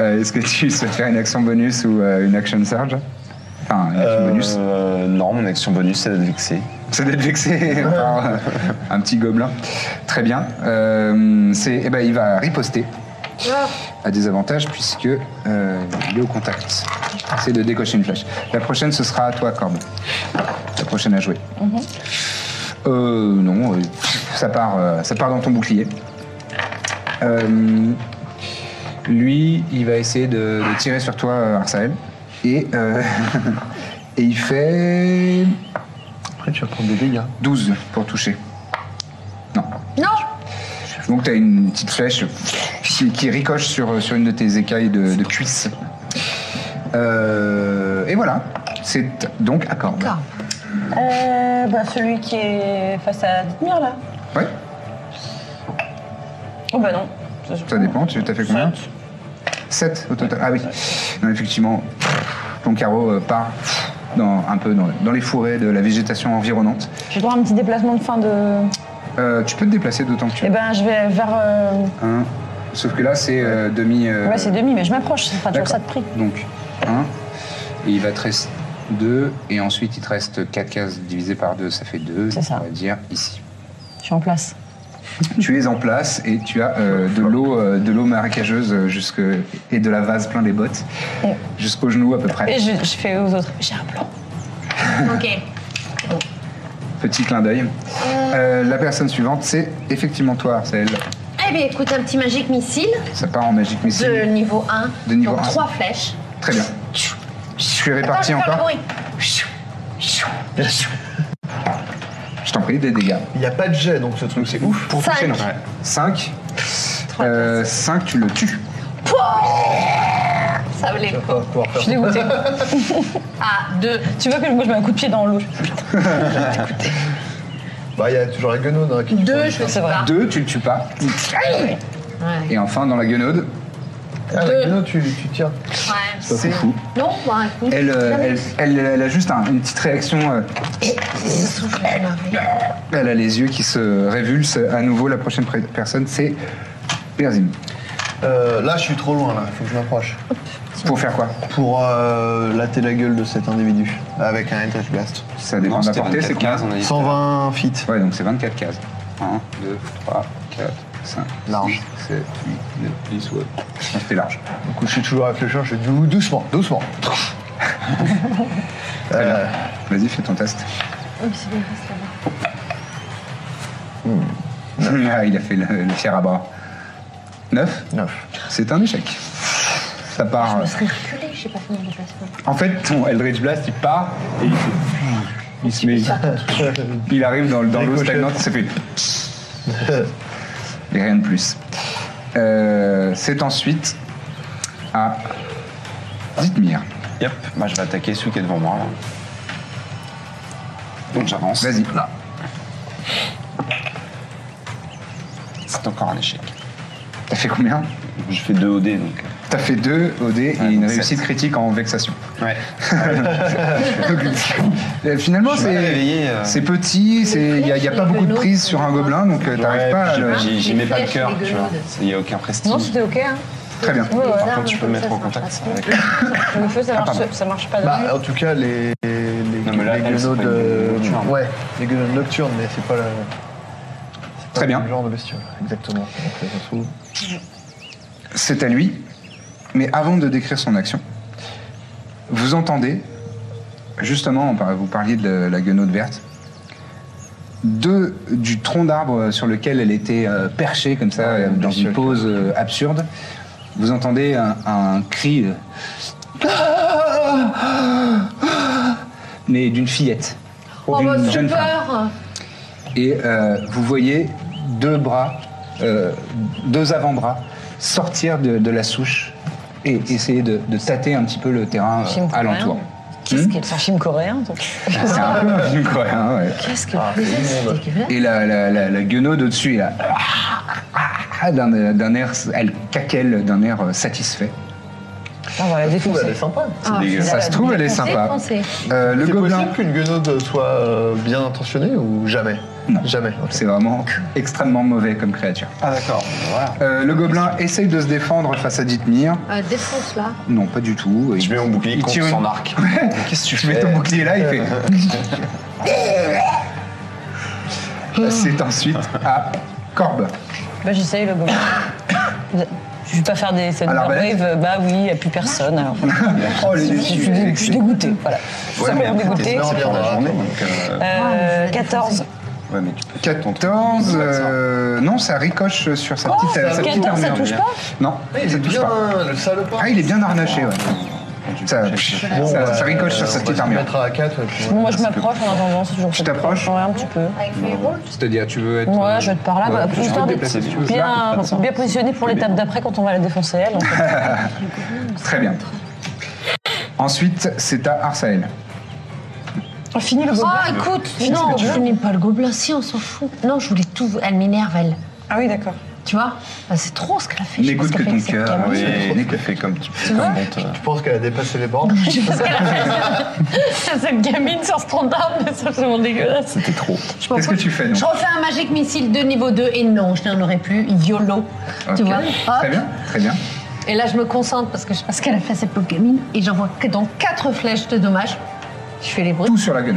S5: Euh, Est-ce que tu souhaites faire une action bonus ou euh, une action surge Enfin, une action bonus.
S1: Euh, non, mon action bonus, c'est d'être vexé.
S5: C'est d'être vexé par euh, un petit gobelin. Très bien. Euh, c'est, eh ben, il va riposter à des avantages puisque euh, il est au contact. C'est de décocher une flèche. La prochaine, ce sera à toi, Corbe. La prochaine à jouer. Euh, non, euh, ça part, euh, ça part dans ton bouclier. Euh, lui, il va essayer de, de tirer sur toi, euh, Arsael. Et, euh, et il fait
S4: Après, tu vas prendre des dégâts.
S5: 12 pour toucher. Non.
S3: Non
S5: Donc t'as une petite flèche qui, qui ricoche sur, sur une de tes écailles de, de cuisse. Euh, et voilà. C'est donc à corde.
S3: D'accord.
S7: Euh, bah, celui qui est face à Dithmir, là.
S5: Ouais,
S7: Oh, bah non.
S5: ça dépend. Tu t'as fait combien 7 au total. Ah oui. Non, effectivement, ton carreau euh, part dans, un peu dans, dans les fourrés de la végétation environnante.
S7: J'ai droit à un petit déplacement de fin de.
S5: Euh, tu peux te déplacer d'autant que tu
S7: Eh ben, je vais vers. euh,
S5: veux. Un. Sauf que là, c'est euh, demi. euh,
S7: Ouais, c'est demi, mais je m'approche, c'est pas toujours ça de prix.
S5: Donc, 1, et il va te rester 2, et ensuite il te reste 4 cases divisées par 2, ça fait 2,
S7: C'est ça.
S5: on va dire ici.
S7: Je suis en place.
S5: Tu es en place et tu as euh, de l'eau euh, de l'eau marécageuse euh, jusque, et de la vase plein les bottes, jusqu'au genou à peu près.
S7: Et je, je fais aux autres. J'ai un plan.
S3: Ok. Eh
S5: Petit clin d'œil. Euh, la personne suivante, c'est effectivement toi, c'est elle.
S3: Eh bien, écoute, un petit magique missile
S5: Ça part en magique
S3: de
S5: missile.
S3: niveau 1.
S5: De niveau
S3: donc
S5: un.
S3: 3 flèches.
S5: Très bien. Je suis réparti
S3: Attends, je vais
S5: encore.
S3: faire le bruit. Chou, chou.
S5: Je t'en prie, des dégâts.
S4: Il n'y a pas de jet, donc ce truc, c'est ouf.
S5: Pour
S3: Cinq.
S5: toucher, non. 5. 5, tu le tues.
S3: Ça voulait.
S4: On va pouvoir faire
S7: Je suis dégoûtée.
S3: Ah, 2.
S7: tu veux que je, moi, je mets un coup de pied dans l'eau je-
S4: Bah, il y a toujours la guenaude. Hein, qui tue
S3: Deux,
S4: pas.
S3: je sais pas.
S5: Deux, tu le tues pas.
S6: Allez
S3: Ouais.
S5: Et enfin, dans la guenaude,
S4: Ah,
S3: Deux.
S4: la guenaude, tu, tu tires.
S3: Ouais.
S5: c'est fou.
S3: Non, bah, un coup.
S5: Elle, euh, elle, elle- elle a juste un- une petite réaction. euh, elle a les yeux qui se révulsent. À nouveau, la prochaine pré- personne, c'est Berzim.
S4: Euh, là, je suis trop loin, là. Faut que je m'approche.
S5: Pour faire quoi
S4: Pour euh, latter la gueule de cet individu. Avec un Eldritch Blast.
S5: Ça dépend
S1: Non,
S5: de la
S1: c'était
S5: portée, c'est
S1: 24
S5: quoi
S1: cases, on a dit.
S4: 120 feet.
S5: Ouais, donc c'est 24 cases. 1, 2, 3, 4, 5,
S4: Large.
S5: 6, 7, 8, 9, 10, ouais. Je pense que C'était large.
S4: Du coup, je suis toujours avec le chien, je fais dou- doucement, doucement.
S5: Très bien. Vas-y, fais ton test.
S3: Oh,
S5: Ah, il a fait le, le fier à bras. 9
S4: Neuf.
S5: C'est un échec. Ça part. euh,
S3: Je me serais reculée, j'ai pas fait mon déplacement.
S5: En fait, ton Eldritch Blast, il part et il fait- Il se met. Il arrive dans, dans l'eau stagnante, il se fait. Et rien de plus. Euh, C'est ensuite à Dithmir.
S1: Yep, bah, je vais attaquer celui qui est devant moi. Là. Donc j'avance.
S5: Vas-y.
S1: Là. C'est encore un échec.
S5: T'as fait combien
S1: Je fais 2 OD donc.
S5: T'as fait deux OD et une
S1: donc
S5: réussite
S1: sept.
S5: critique en vexation.
S1: Ouais.
S5: Euh, Finalement,
S1: Je suis mal
S5: c'est
S1: réveillé, euh.
S5: c'est petit, il n'y a, y a pas beaucoup de prises sur un gobelin, donc euh, t'arrives
S4: Ouais,
S5: pas à
S1: J'y
S5: le-
S1: j'y- j'y mets pas le
S3: flèches,
S1: cœur,
S3: les
S1: tu vois.
S3: guenaudes.
S1: Il n'y a aucun prestige.
S3: Non, c'était ok. Hein.
S5: Très bien.
S3: Ouais,
S1: Par contre, tu peux me mettre en contact avec.
S7: Le feu, ça marche,
S1: pardon.
S7: ça marche pas.
S3: Euh,
S7: dans
S4: Bah, en tout cas, les, les,
S1: Non, mais là,
S4: les
S1: elle, c'est
S4: guenaudes.
S1: pas une
S4: euh,
S1: guenaude nocturne.
S4: ouais, les guenaudes nocturnes, mais c'est pas la. c'est pas
S5: Très bien.
S4: Le genre de bestiole, exactement. Donc, ça se trouve.
S5: C'est à lui. Mais avant de décrire son action, vous entendez, justement, on par- vous parliez de la, la guenaude verte, deux, du tronc d'arbre sur lequel elle était euh, perchée, comme ça, euh, dans une
S4: bestiole,
S5: pose euh, absurde, vous entendez un, un cri. euh, mais d'une fillette.
S3: Oh,
S5: d'une
S3: bah,
S5: jeune femme
S3: super
S5: et euh, vous voyez deux bras, euh, deux avant-bras sortir de, de la souche et essayer de, de tâter un petit peu le terrain euh,
S7: Film coréen.
S5: alentour.
S7: Qu'est-ce qu'elle C'est un film coréen donc.
S5: C'est un peu un film coréen, ouais.
S3: Qu'est-ce que c'est dégueulasse.
S5: Et la, la, la, la guenaude au-dessus, là, d'un d'un air, elle caquelle d'un air euh, satisfait.
S7: On va la
S4: Ouais, elle
S7: défoncer.
S4: est sympa.
S3: Ah,
S1: dégueulasse.
S5: Ça se trouve, elle est
S3: Pensez,
S5: sympa.
S3: pensez.
S5: Euh, le
S4: C'est
S5: gobelin,
S4: possible qu'une guenaude soit euh, bien intentionnée ou jamais
S5: Non.
S4: Jamais. ok.
S5: c'est vraiment extrêmement mauvais comme créature.
S1: Ah d'accord. Voilà.
S5: Euh, le gobelin essaye de se défendre face à Dithmir.
S3: Euh, défonce là.
S5: Non, pas du tout.
S1: Je mets mon bouclier
S5: Il
S1: contre
S5: tire une-
S1: son arc. Qu'est-ce que tu
S5: Je mets ton bouclier là, il fait. Ah, C'est ensuite à Corbe.
S7: Bah, j'essaye le gobelin. Je vais pas faire des scènes
S5: Alors, bah,
S7: wave. Bah oui, il n'y a plus personne. Alors, voilà.
S5: Oh, les
S7: je, suis dé- je suis dégoûtée. Voilà. Je suis
S1: mais
S7: simplement dégoûtée.
S1: t'es mort dans la journée donc. euh,
S7: Euh, 14.
S1: Ouais mais tu peux faire ton truc.
S5: 14. euh, non, ça ricoche sur sa petite, euh, sa petite
S7: 14, Oh, ça
S5: armure.
S7: touche pas
S5: Non,
S4: Ouais, il
S5: ça
S4: est
S5: touche
S4: bien,
S7: hein.
S5: pas.
S4: le salopard.
S5: Ah, il est bien harnaché, ouais. Ça,
S4: Bon,
S5: ça- ça
S4: euh,
S5: ricoche sur sa
S4: on va
S5: petite
S4: se
S5: armure.
S4: mettre à 4. et puis, ouais.
S7: Bon, moi, je m'approche en attendant. c'est toujours
S5: Tu
S7: ça.
S5: t'approches
S7: Ouais, un petit peu.
S3: Avec Freehold.
S5: C'est-à-dire, tu veux être. euh,
S7: Ouais, je vais te par là. bah,
S5: tu peux
S7: histoire
S5: te
S7: d'être
S5: déplacer, si tu veux.
S7: bien,
S1: pas de sens.
S7: bien positionné pour l'étape d'après quand on va la défoncer, elle. en fait.
S5: Très bien. Ensuite, c'est à Arsael.
S7: On finit le
S3: Oh,
S7: gobelin.
S3: écoute, non, je n'ai pas le gobelin, si, on s'en fout. Non, je voulais tout. Elle m'énerve, elle.
S7: Ah oui, d'accord.
S3: Tu vois Ah, C'est trop ce qu'elle a fait. je sais pas
S5: N'écoute
S3: ce
S5: que
S3: qu'elle
S5: ton
S3: fait avec cette
S5: cœur. hein.
S3: gamine.
S1: Oui,
S5: ouais.
S1: Nick fait comme tu fais comme bon te-
S4: Je pense qu'elle a dépassé les bornes.
S3: Cette gamine sur ce tronc d'arbre, mais ça, c'est mon dégueulasse.
S1: C'était trop.
S5: Qu'est-ce que tu fais donc
S3: Je refais un Magic Missile de niveau 2 et non, je n'en aurais plus. YOLO. Tu
S5: Ok.
S3: vois
S5: Très
S3: Hop.
S5: bien, très bien.
S3: Et là, je me concentre parce que je sais pas ce qu'elle a fait, cette pauvre gamine. Et j'envoie que dans quatre flèches de dommages. Je fais les bruits.
S5: Tout sur la gueule.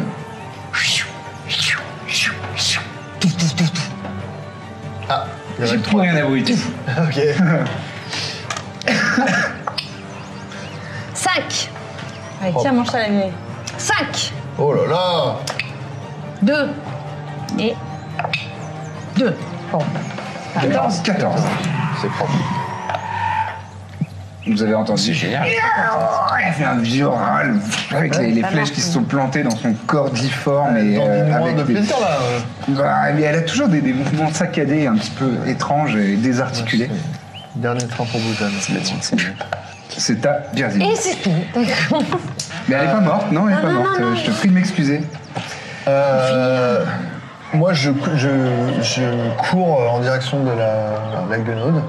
S4: Ah, il y en a
S5: Plus
S4: trois.
S5: rien abruti.
S4: Ok.
S3: 5,
S7: Allez, tiens, mange ça la vieille.
S3: 5,
S4: Oh là là
S3: 2 et 2.
S5: 14. 14.
S4: C'est propre.
S5: Vous avez
S1: C'est
S5: entendu
S1: génial.
S5: Elle fait un vieux râle avec les, les flèches qui se sont plantées dans son corps difforme et
S4: Dans
S5: euh,
S4: du moins
S5: avec
S4: de
S5: des-
S4: plaisir là. euh.
S5: Bah, mais elle a toujours des, des mouvements saccadés, un petit peu étranges et désarticulés.
S4: Dernier train pour vous, Jeanne.
S5: C'est à Birzim.
S3: Et c'est tout.
S5: Euh, Mais elle est pas morte, non, elle est pas morte. Je te prie de m'excuser.
S4: Euh, Moi, je, cou- je, je cours euh, en direction de la, la guenaude.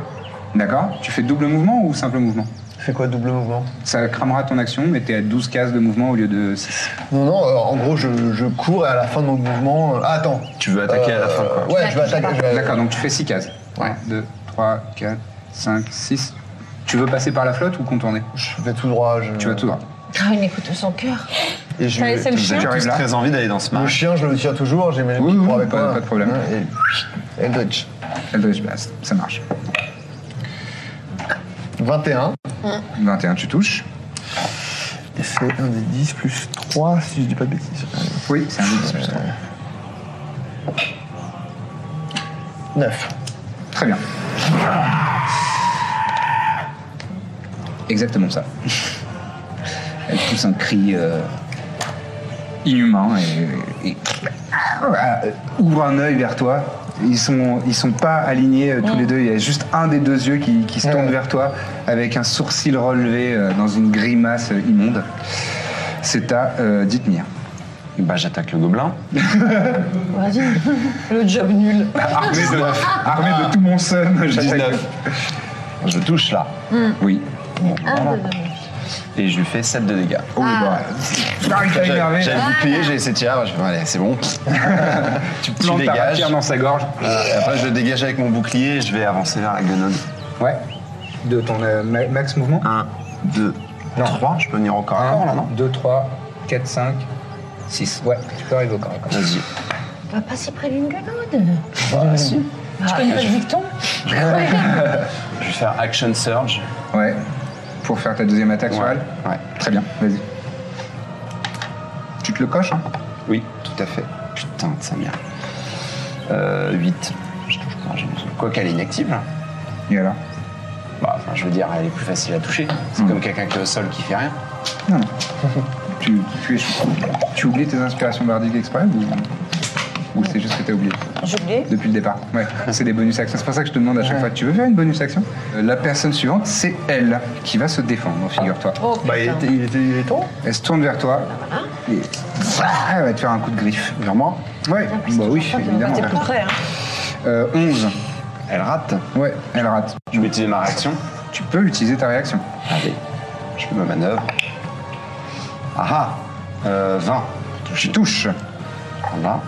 S5: D'accord Tu fais double mouvement ou simple mouvement
S4: Fais quoi, double mouvement
S5: Ça cramera ton action, mais t'es à 12 cases de mouvement au lieu de 6.
S4: Non, non, euh, en gros, je, je cours et à la fin de mon mouvement. euh, Ah, attends.
S1: Tu veux attaquer à la fin, quoi.
S4: Euh, Ouais, je vais attaquer. je vais-
S5: D'accord, donc tu fais 6 cases. 1, 2, 3, 4, 5, 6. Tu veux passer par la flotte ou contourner
S4: Je vais tout droit. je-
S5: Tu vas tout droit.
S3: Ah, il écoute son cœur.
S4: Et je-
S3: T'as laissé le
S1: J'ai
S3: chien
S5: Tu arrives là.
S1: très envie d'aller dans ce
S4: Le
S1: match.
S4: chien, je le tire toujours, j'ai mes
S5: Oui,
S4: petits
S5: oui,
S4: croix avec
S5: pas-
S4: moi.
S5: pas de problème.
S4: Et- Eldritch.
S5: Eldritch Blast, Bah, ça marche.
S4: 21.
S5: 21, tu touches.
S4: Et c'est un des 10 plus 3, si je dis pas de bêtises.
S5: Oui, c'est un dé 10 plus 3.
S4: 9.
S5: Très bien. Exactement ça. Elle pousse un cri euh, inhumain et, et- Ah, ouvre un œil vers toi. Ils sont, ils sont pas alignés euh, tous les deux. Il y a juste un des deux yeux qui, qui se tourne vers toi avec un sourcil relevé euh, dans une grimace euh, immonde. C'est à euh, Dithmir.
S1: Bah, j'attaque le gobelin.
S3: Le job nul.
S7: Ah,
S5: Armé de, armé de tout mon seum, j'attaque.
S1: 19. Je touche là.
S5: Oui.
S3: Un, deux, deux.
S1: Et je lui fais 7 de dégâts.
S5: Oui, bah. Ah, il t'a énervé.
S1: J'avais j'avais le bouclier, j'ai essayé de tirer. Je fais, allez, c'est bon. tu
S5: plantes ta rapière dans sa gorge.
S1: Euh, et après, je le dégage avec mon bouclier et je vais avancer vers la guenode.
S5: Ouais. De ton euh, ma- max mouvement
S1: 1, 2, 3. Je peux venir encore à corps là, Ah, non
S5: 2, 3, 4, 5, 6. Ouais, tu peux arriver au corps. à corps.
S1: Vas-y.
S3: On va passer près d'une guenaude.
S7: Tu connais pas le dicton
S1: Je vais faire action surge.
S5: Ouais. Pour faire ta deuxième attaque sur elle
S1: Ouais.
S5: Très bien, vas-y. Tu te le coches, hein
S1: Oui, tout à fait. Putain de sa mère. Euh, 8. Je touche pas, j'ai une seule. Quoique elle est inactive. là.
S5: Et alors
S1: Bah, enfin, je veux dire, elle est plus facile à toucher. C'est comme quelqu'un qui est au sol qui fait rien.
S5: Non, non. tu, tu, échoues. tu oublies tes inspirations bardiques exprès ou, ou c'est juste que t'as oublié
S7: J'ai oublié.
S5: Depuis le départ. Ouais, c'est des bonus actions. C'est pour ça que je te demande à chaque fois, tu veux faire une bonus action Euh, La personne suivante, c'est elle qui va se défendre, figure-toi.
S3: Oh,
S4: Bah, il
S3: putain.
S4: était, il était, il est temps.
S5: Elle se tourne vers toi et Ah, elle va te faire un coup de griffe. Vers moi Ouais, bah oui, évidemment.
S7: T'es plus près, hein.
S5: Euh, 11.
S1: Elle rate.
S5: Ouais, elle rate.
S1: Je vais utiliser ma réaction.
S5: Tu peux utiliser ta réaction.
S1: Allez, je fais ma manœuvre. Ah ah euh, 20.
S5: Tu touches.
S1: Voilà.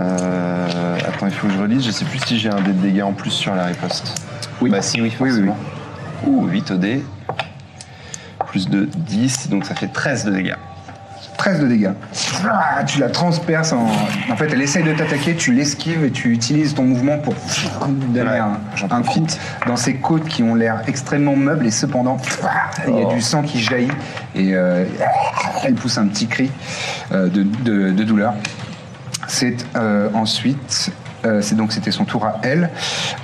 S1: Euh, attends, il faut que je relise. Je sais plus si j'ai un dé de dégâts en plus sur la riposte.
S5: Oui.
S1: Bah si, oui,
S5: Oui, oui, oui.
S1: forcément. Ouh, 8 au dé. Plus de 10, donc ça fait 13 de dégâts.
S5: 13 de dégâts. Ah, tu la transperces en. En fait, elle essaye de t'attaquer, tu l'esquives et tu utilises ton mouvement pour donner
S1: Ouais,
S5: un,
S1: j'en
S5: un coup
S1: profite.
S5: dans ses côtes qui ont l'air extrêmement meubles et cependant, ah, il
S1: Oh.
S5: y a du sang qui jaillit et euh, elle pousse un petit cri euh, de, de- de douleur. C'est euh, ensuite. euh, c'est donc c'était son tour à elle.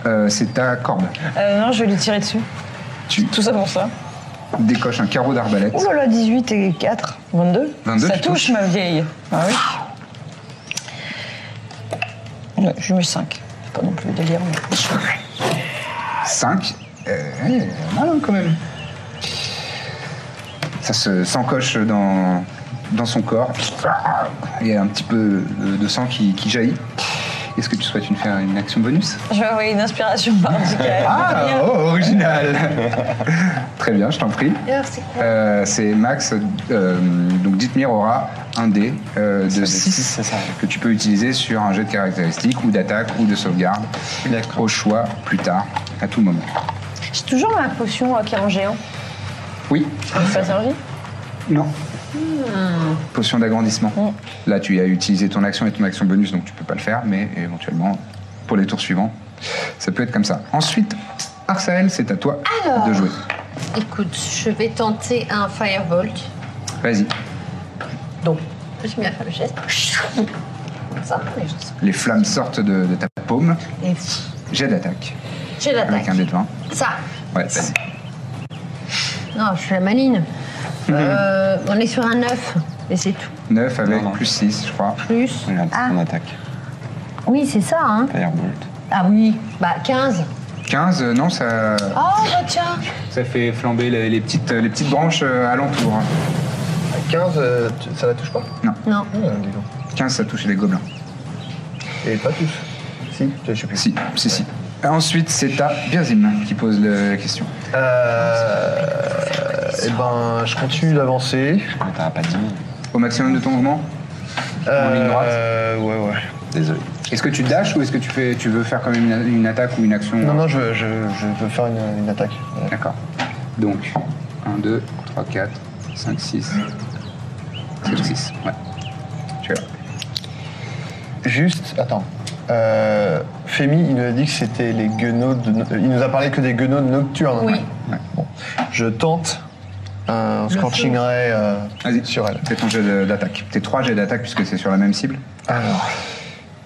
S5: Euh, c'est ta corde.
S7: Euh, non, je vais lui tirer dessus.
S5: Tu
S7: Tout ça pour ça.
S5: décoches un carreau d'arbalète.
S7: Oh là là, 18 et 4, 22.
S5: 22,
S7: ça
S5: tu
S7: touche, ma vieille. Ah oui. Ouais, je mets 5. Pas non plus le délire. Mais...
S5: 5. malin hein, quand même. Ça se s'encoche dans, dans son corps. Il y a un petit peu de, de sang qui, qui jaillit. Est-ce que tu souhaites une, faire une action bonus
S7: Je vais envoyer une inspiration barbicale.
S5: Ah, oh, original Très bien, je t'en prie.
S3: Et alors, c'est quoi
S5: Euh, c'est Max. euh, donc Dithmir aura un dé euh, de 6 que tu peux utiliser sur un jet de caractéristiques ou d'attaque ou de sauvegarde au choix plus tard, à tout moment.
S7: J'ai toujours ma potion euh, qui est en géant.
S5: Oui,
S7: Ça me fait servi
S5: Non. Potion d'agrandissement. Là, tu as utilisé ton action et ton action bonus, donc tu peux pas le faire, mais éventuellement, pour les tours suivants, ça peut être comme ça. Ensuite, Arsael, c'est à toi de jouer.
S3: Écoute, je vais tenter un firebolt.
S5: Vas-y.
S3: J'ai bien fait le geste. Comme ça, mais je sais
S5: Les flammes sortent de, de ta paume.
S3: pas. Et pff,
S5: J'ai d'attaque.
S3: J'ai l'attaque.
S5: Avec un dé de 20.
S3: Ça.
S5: Ouais, vas-y.
S3: Non, je suis la maline.
S5: Mmh.
S3: Euh, on est sur un 9. Et c'est tout.
S5: 9 avec
S1: Non, non.
S5: plus 6, je crois.
S3: Plus.
S1: Regarde,
S3: Ah,
S1: on attaque.
S3: oui, c'est ça, hein.
S1: Firebolt.
S3: Ah oui. Bah, 15.
S5: 15, euh, non, ça,
S3: Oh, bah tiens.
S5: ça fait flamber les, les petites, les petites branches euh, alentour.
S4: À 15, euh, tu- ça la touche pas
S3: Non.
S4: Ah, dis donc.
S5: 15, ça touche les gobelins.
S4: Et pas tous. Si, je sais plus.
S5: Si, si, si. Ensuite, c'est à Birzim qui pose le- la question.
S4: Euh, et ben, je continue d'avancer.
S1: Mais t'as pas 10 000.
S5: Au maximum de ton mouvement En ligne droite
S4: Euh, ouais, ouais.
S1: Désolé.
S5: Est-ce que tu dashes ou est-ce que tu, fais, tu veux faire quand même une, une attaque ou une action
S4: Non, non, je, je, je veux faire une, une attaque. Euh, Voilà.
S5: D'accord. Donc, 1, 2, 3, 4, 5, 6, 7, 6. Ouais. Tu as.
S4: Juste, attends. Euh, Femi, il nous a dit que c'était les guenaudes. de no- euh, Il nous a parlé que des guenaudes nocturnes.
S3: Oui.
S4: Ouais. Bon. Je tente un Scorching Ray euh,
S5: Vas-y.
S4: sur elle.
S5: Fais ton jet de- d'attaque. Tes 3 jets d'attaque puisque c'est sur la même cible.
S4: Alors,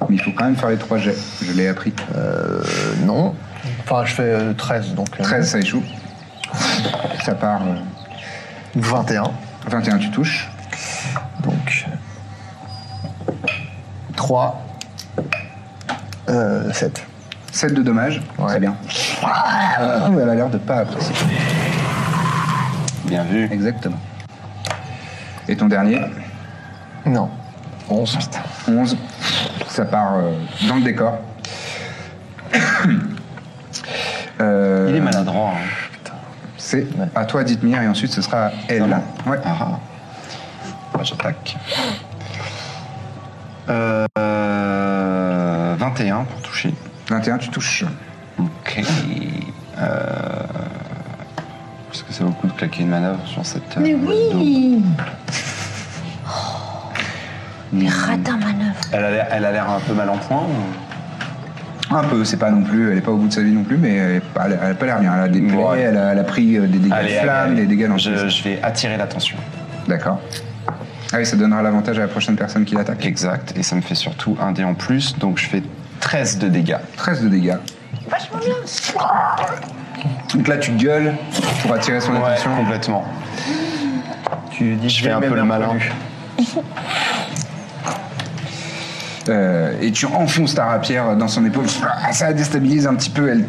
S5: Mais il faut quand même faire les 3 jets. Je l'ai appris.
S4: euh, non. Enfin, je fais euh, 13, donc. euh,
S5: 13, ça échoue. Ça part. euh,
S4: 21.
S5: 21, tu touches.
S4: Donc. 3. Euh, 7.
S5: 7 de dommages.
S4: Ouais.
S5: Très bien. Ah, elle a l'air de pas apprécier.
S1: Bien vu.
S5: Exactement. Et ton dernier
S4: Non. 11.
S5: 11. Ça part euh, dans le décor. Euh,
S1: Il est maladroit. hein.
S5: C'est à toi, Dithmir, et ensuite ce sera à elle.
S1: Ah bon
S5: Ouais.
S1: Ah, ah. Bah, J'attaque. Euh, euh, 21 pour toucher.
S5: 21, tu touches.
S1: Ok. Euh, Est-ce que ça vaut le coup de claquer une manœuvre sur cette. euh,
S3: Mais
S1: daube
S3: oui Les radins manœuvres.
S1: elle a l'air- elle a l'air un peu mal en point ou-
S5: Un peu, c'est pas non plus, elle est pas au bout de sa vie non plus, mais elle, est pas- elle a pas l'air bien. Elle a des plaies,
S1: Ouais.
S5: elle, a, elle a pris euh, des dégâts de flammes, des dégâts dans
S1: je, je vais attirer l'attention.
S5: D'accord. Ah oui, ça donnera l'avantage à la prochaine personne qui l'attaque.
S1: Exact. Et ça me fait surtout un dé en plus, donc je fais 13 de dégâts.
S5: 13 de dégâts. Donc là, tu gueules pour attirer son
S1: Ouais,
S5: attention.
S1: complètement.
S4: Tu dis
S1: Je fais un peu le malin.
S5: Euh, et tu enfonces ta rapière dans son épaule. Ah, Ça la déstabilise un petit peu. Elle,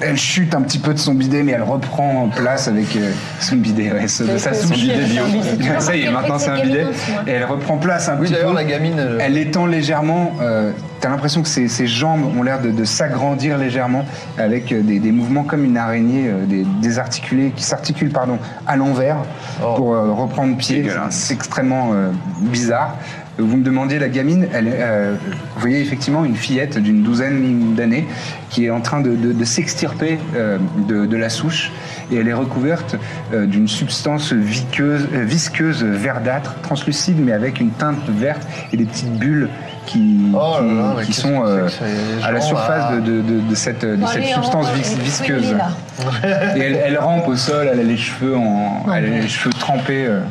S5: elle chute un petit peu de son bidet, mais elle reprend place avec euh, son bidet. Ouais, ce- ça, son bidet bio. Ça y est, maintenant c'est un bidet. Et elle reprend place un
S4: Oui,
S5: petit
S4: d'ailleurs,
S5: peu.
S4: la gamine. euh,
S5: Elle étend légèrement. euh, T'as l'impression que ses, ses jambes ont l'air de, de s'agrandir légèrement avec euh, des, des mouvements comme une araignée, euh, des, désarticulés qui s'articulent pardon à l'envers
S4: Oh.
S5: pour euh, reprendre pied.
S1: Dégueulasse.
S5: C'est extrêmement euh, bizarre. Vous me demandiez la gamine, elle, euh, vous voyez effectivement une fillette d'une douzaine d'années qui est en train de, de- de s'extirper euh, de, de la souche et elle est recouverte euh, d'une substance viqueuse- euh, visqueuse, verdâtre, translucide mais avec une teinte verte et des petites bulles qui,
S4: Oh là là, mais
S5: qui, qui
S4: qu'est-ce
S5: sont
S4: que
S5: euh,
S4: c'est que ces
S5: à la
S4: gens,
S5: surface
S4: là
S5: de, de- de- de cette, de
S3: Bon,
S5: cette
S3: allez, on-
S5: substance
S3: on-
S5: vis-
S3: on-
S5: visqueuse.
S3: oui, là.
S5: Et elle, elle rampe au sol, elle a les cheveux, en, elle a les cheveux trempés. euh.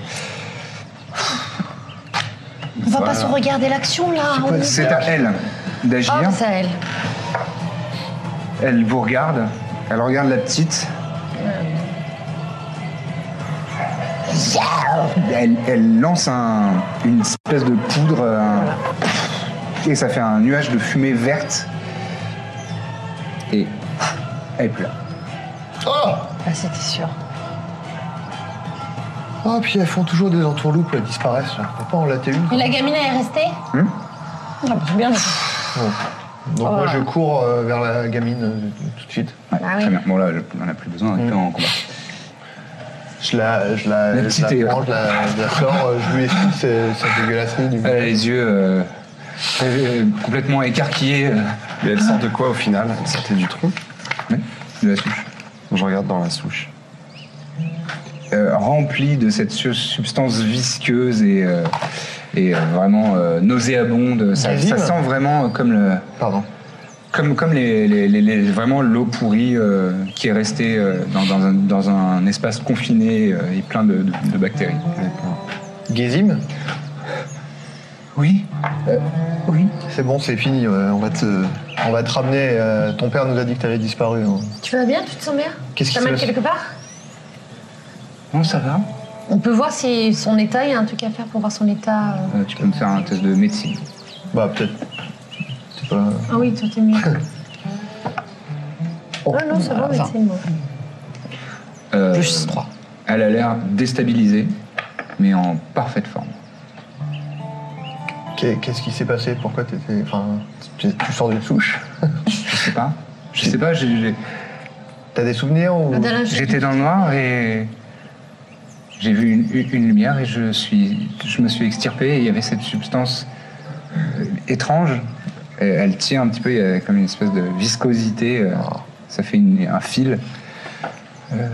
S3: On va pas se regarder l'action là. hein. on est-
S5: C'est à elle
S3: Ah,
S5: d'agir.
S3: c'est à elle.
S5: Elle vous regarde, elle regarde la petite. Elle, elle lance un- une espèce de poudre un- et ça fait un nuage de fumée verte. Et elle est plus là.
S2: Ah, c'était sûr.
S4: Ah, puis elles font toujours des entourloupes, elles disparaissent. là. Pourquoi on l'a une
S3: Et la gamine, elle est restée
S2: Ah, bah, c'est bien.
S4: Donc moi je cours euh, vers la gamine euh, tout de suite.
S5: Ouais,
S3: Ah oui. Mm.
S5: Très bien. Bon là, on n'en a plus besoin, on est plus en combat.
S4: Je la, je la,
S5: La
S4: je la
S5: petite
S4: prends, je la, je la sors, euh, je lui explique sa- sa dégueulasserie du
S5: Elle a les yeux euh, euh, complètement écarquillés. euh,
S1: Mais elle sort de quoi au final Elle sortait du trou
S5: de la souche.
S1: Je regarde dans la souche.
S5: euh, rempli de cette su- substance visqueuse et, euh, et euh, vraiment euh, nauséabonde. Ça,
S4: Vas-y,
S5: ça
S4: va.
S5: sent vraiment comme, le,
S4: Pardon.
S5: comme, comme les, les- les- les- vraiment l'eau pourrie euh, qui est restée euh, dans, dans un, dans un espace confiné euh, et plein de, de- de bactéries.
S4: Gézim
S5: Oui, oui.
S4: Euh, C'est bon, c'est fini, ouais, on va te, on va te ramener. euh, ton père nous a dit que t'avais disparu. hein.
S3: Tu vas bien Tu te sens bien
S4: Qu'est-ce
S3: T'as
S4: qui se
S3: mal
S4: passe
S3: quelque part
S5: Bon, ça va.
S3: On peut voir si son état, il y a un truc à faire pour voir son état. euh.
S5: Euh, tu peux me faire un test de médecine.
S4: Bah peut-être. C'est pas...
S3: Ah oui, toi t'es mieux.
S4: Oh,
S3: Ah non, ça va, mais c'est le mot.
S5: Euh,
S7: Plus 3.
S5: Elle a l'air déstabilisée, mais en parfaite forme.
S4: Ok. Qu'est- Qu'est-ce qui s'est passé Pourquoi t'étais. Enfin, tu tu sors d'une souche
S5: Je sais pas. Je sais pas, j'ai- j'ai-
S4: T'as des souvenirs ou...
S3: Le Dalin-
S5: j'étais dans le noir et j'ai vu une, une- une lumière et je, suis, je me suis extirpé et il y avait cette substance euh, étrange. Et elle tient un petit peu, il y a comme une espèce de viscosité. euh, Ça fait une- un fil. Euh,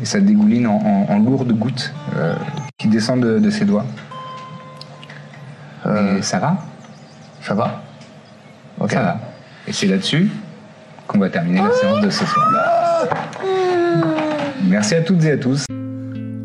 S5: et ça dégouline en, en- en lourdes gouttes euh, qui descendent de, de ses doigts.
S4: Euh,
S5: Et ça va
S4: Ça va Ok.
S5: Ça va. Et c'est là-dessus qu'on va terminer la séance de ce soir. Merci à toutes et à tous.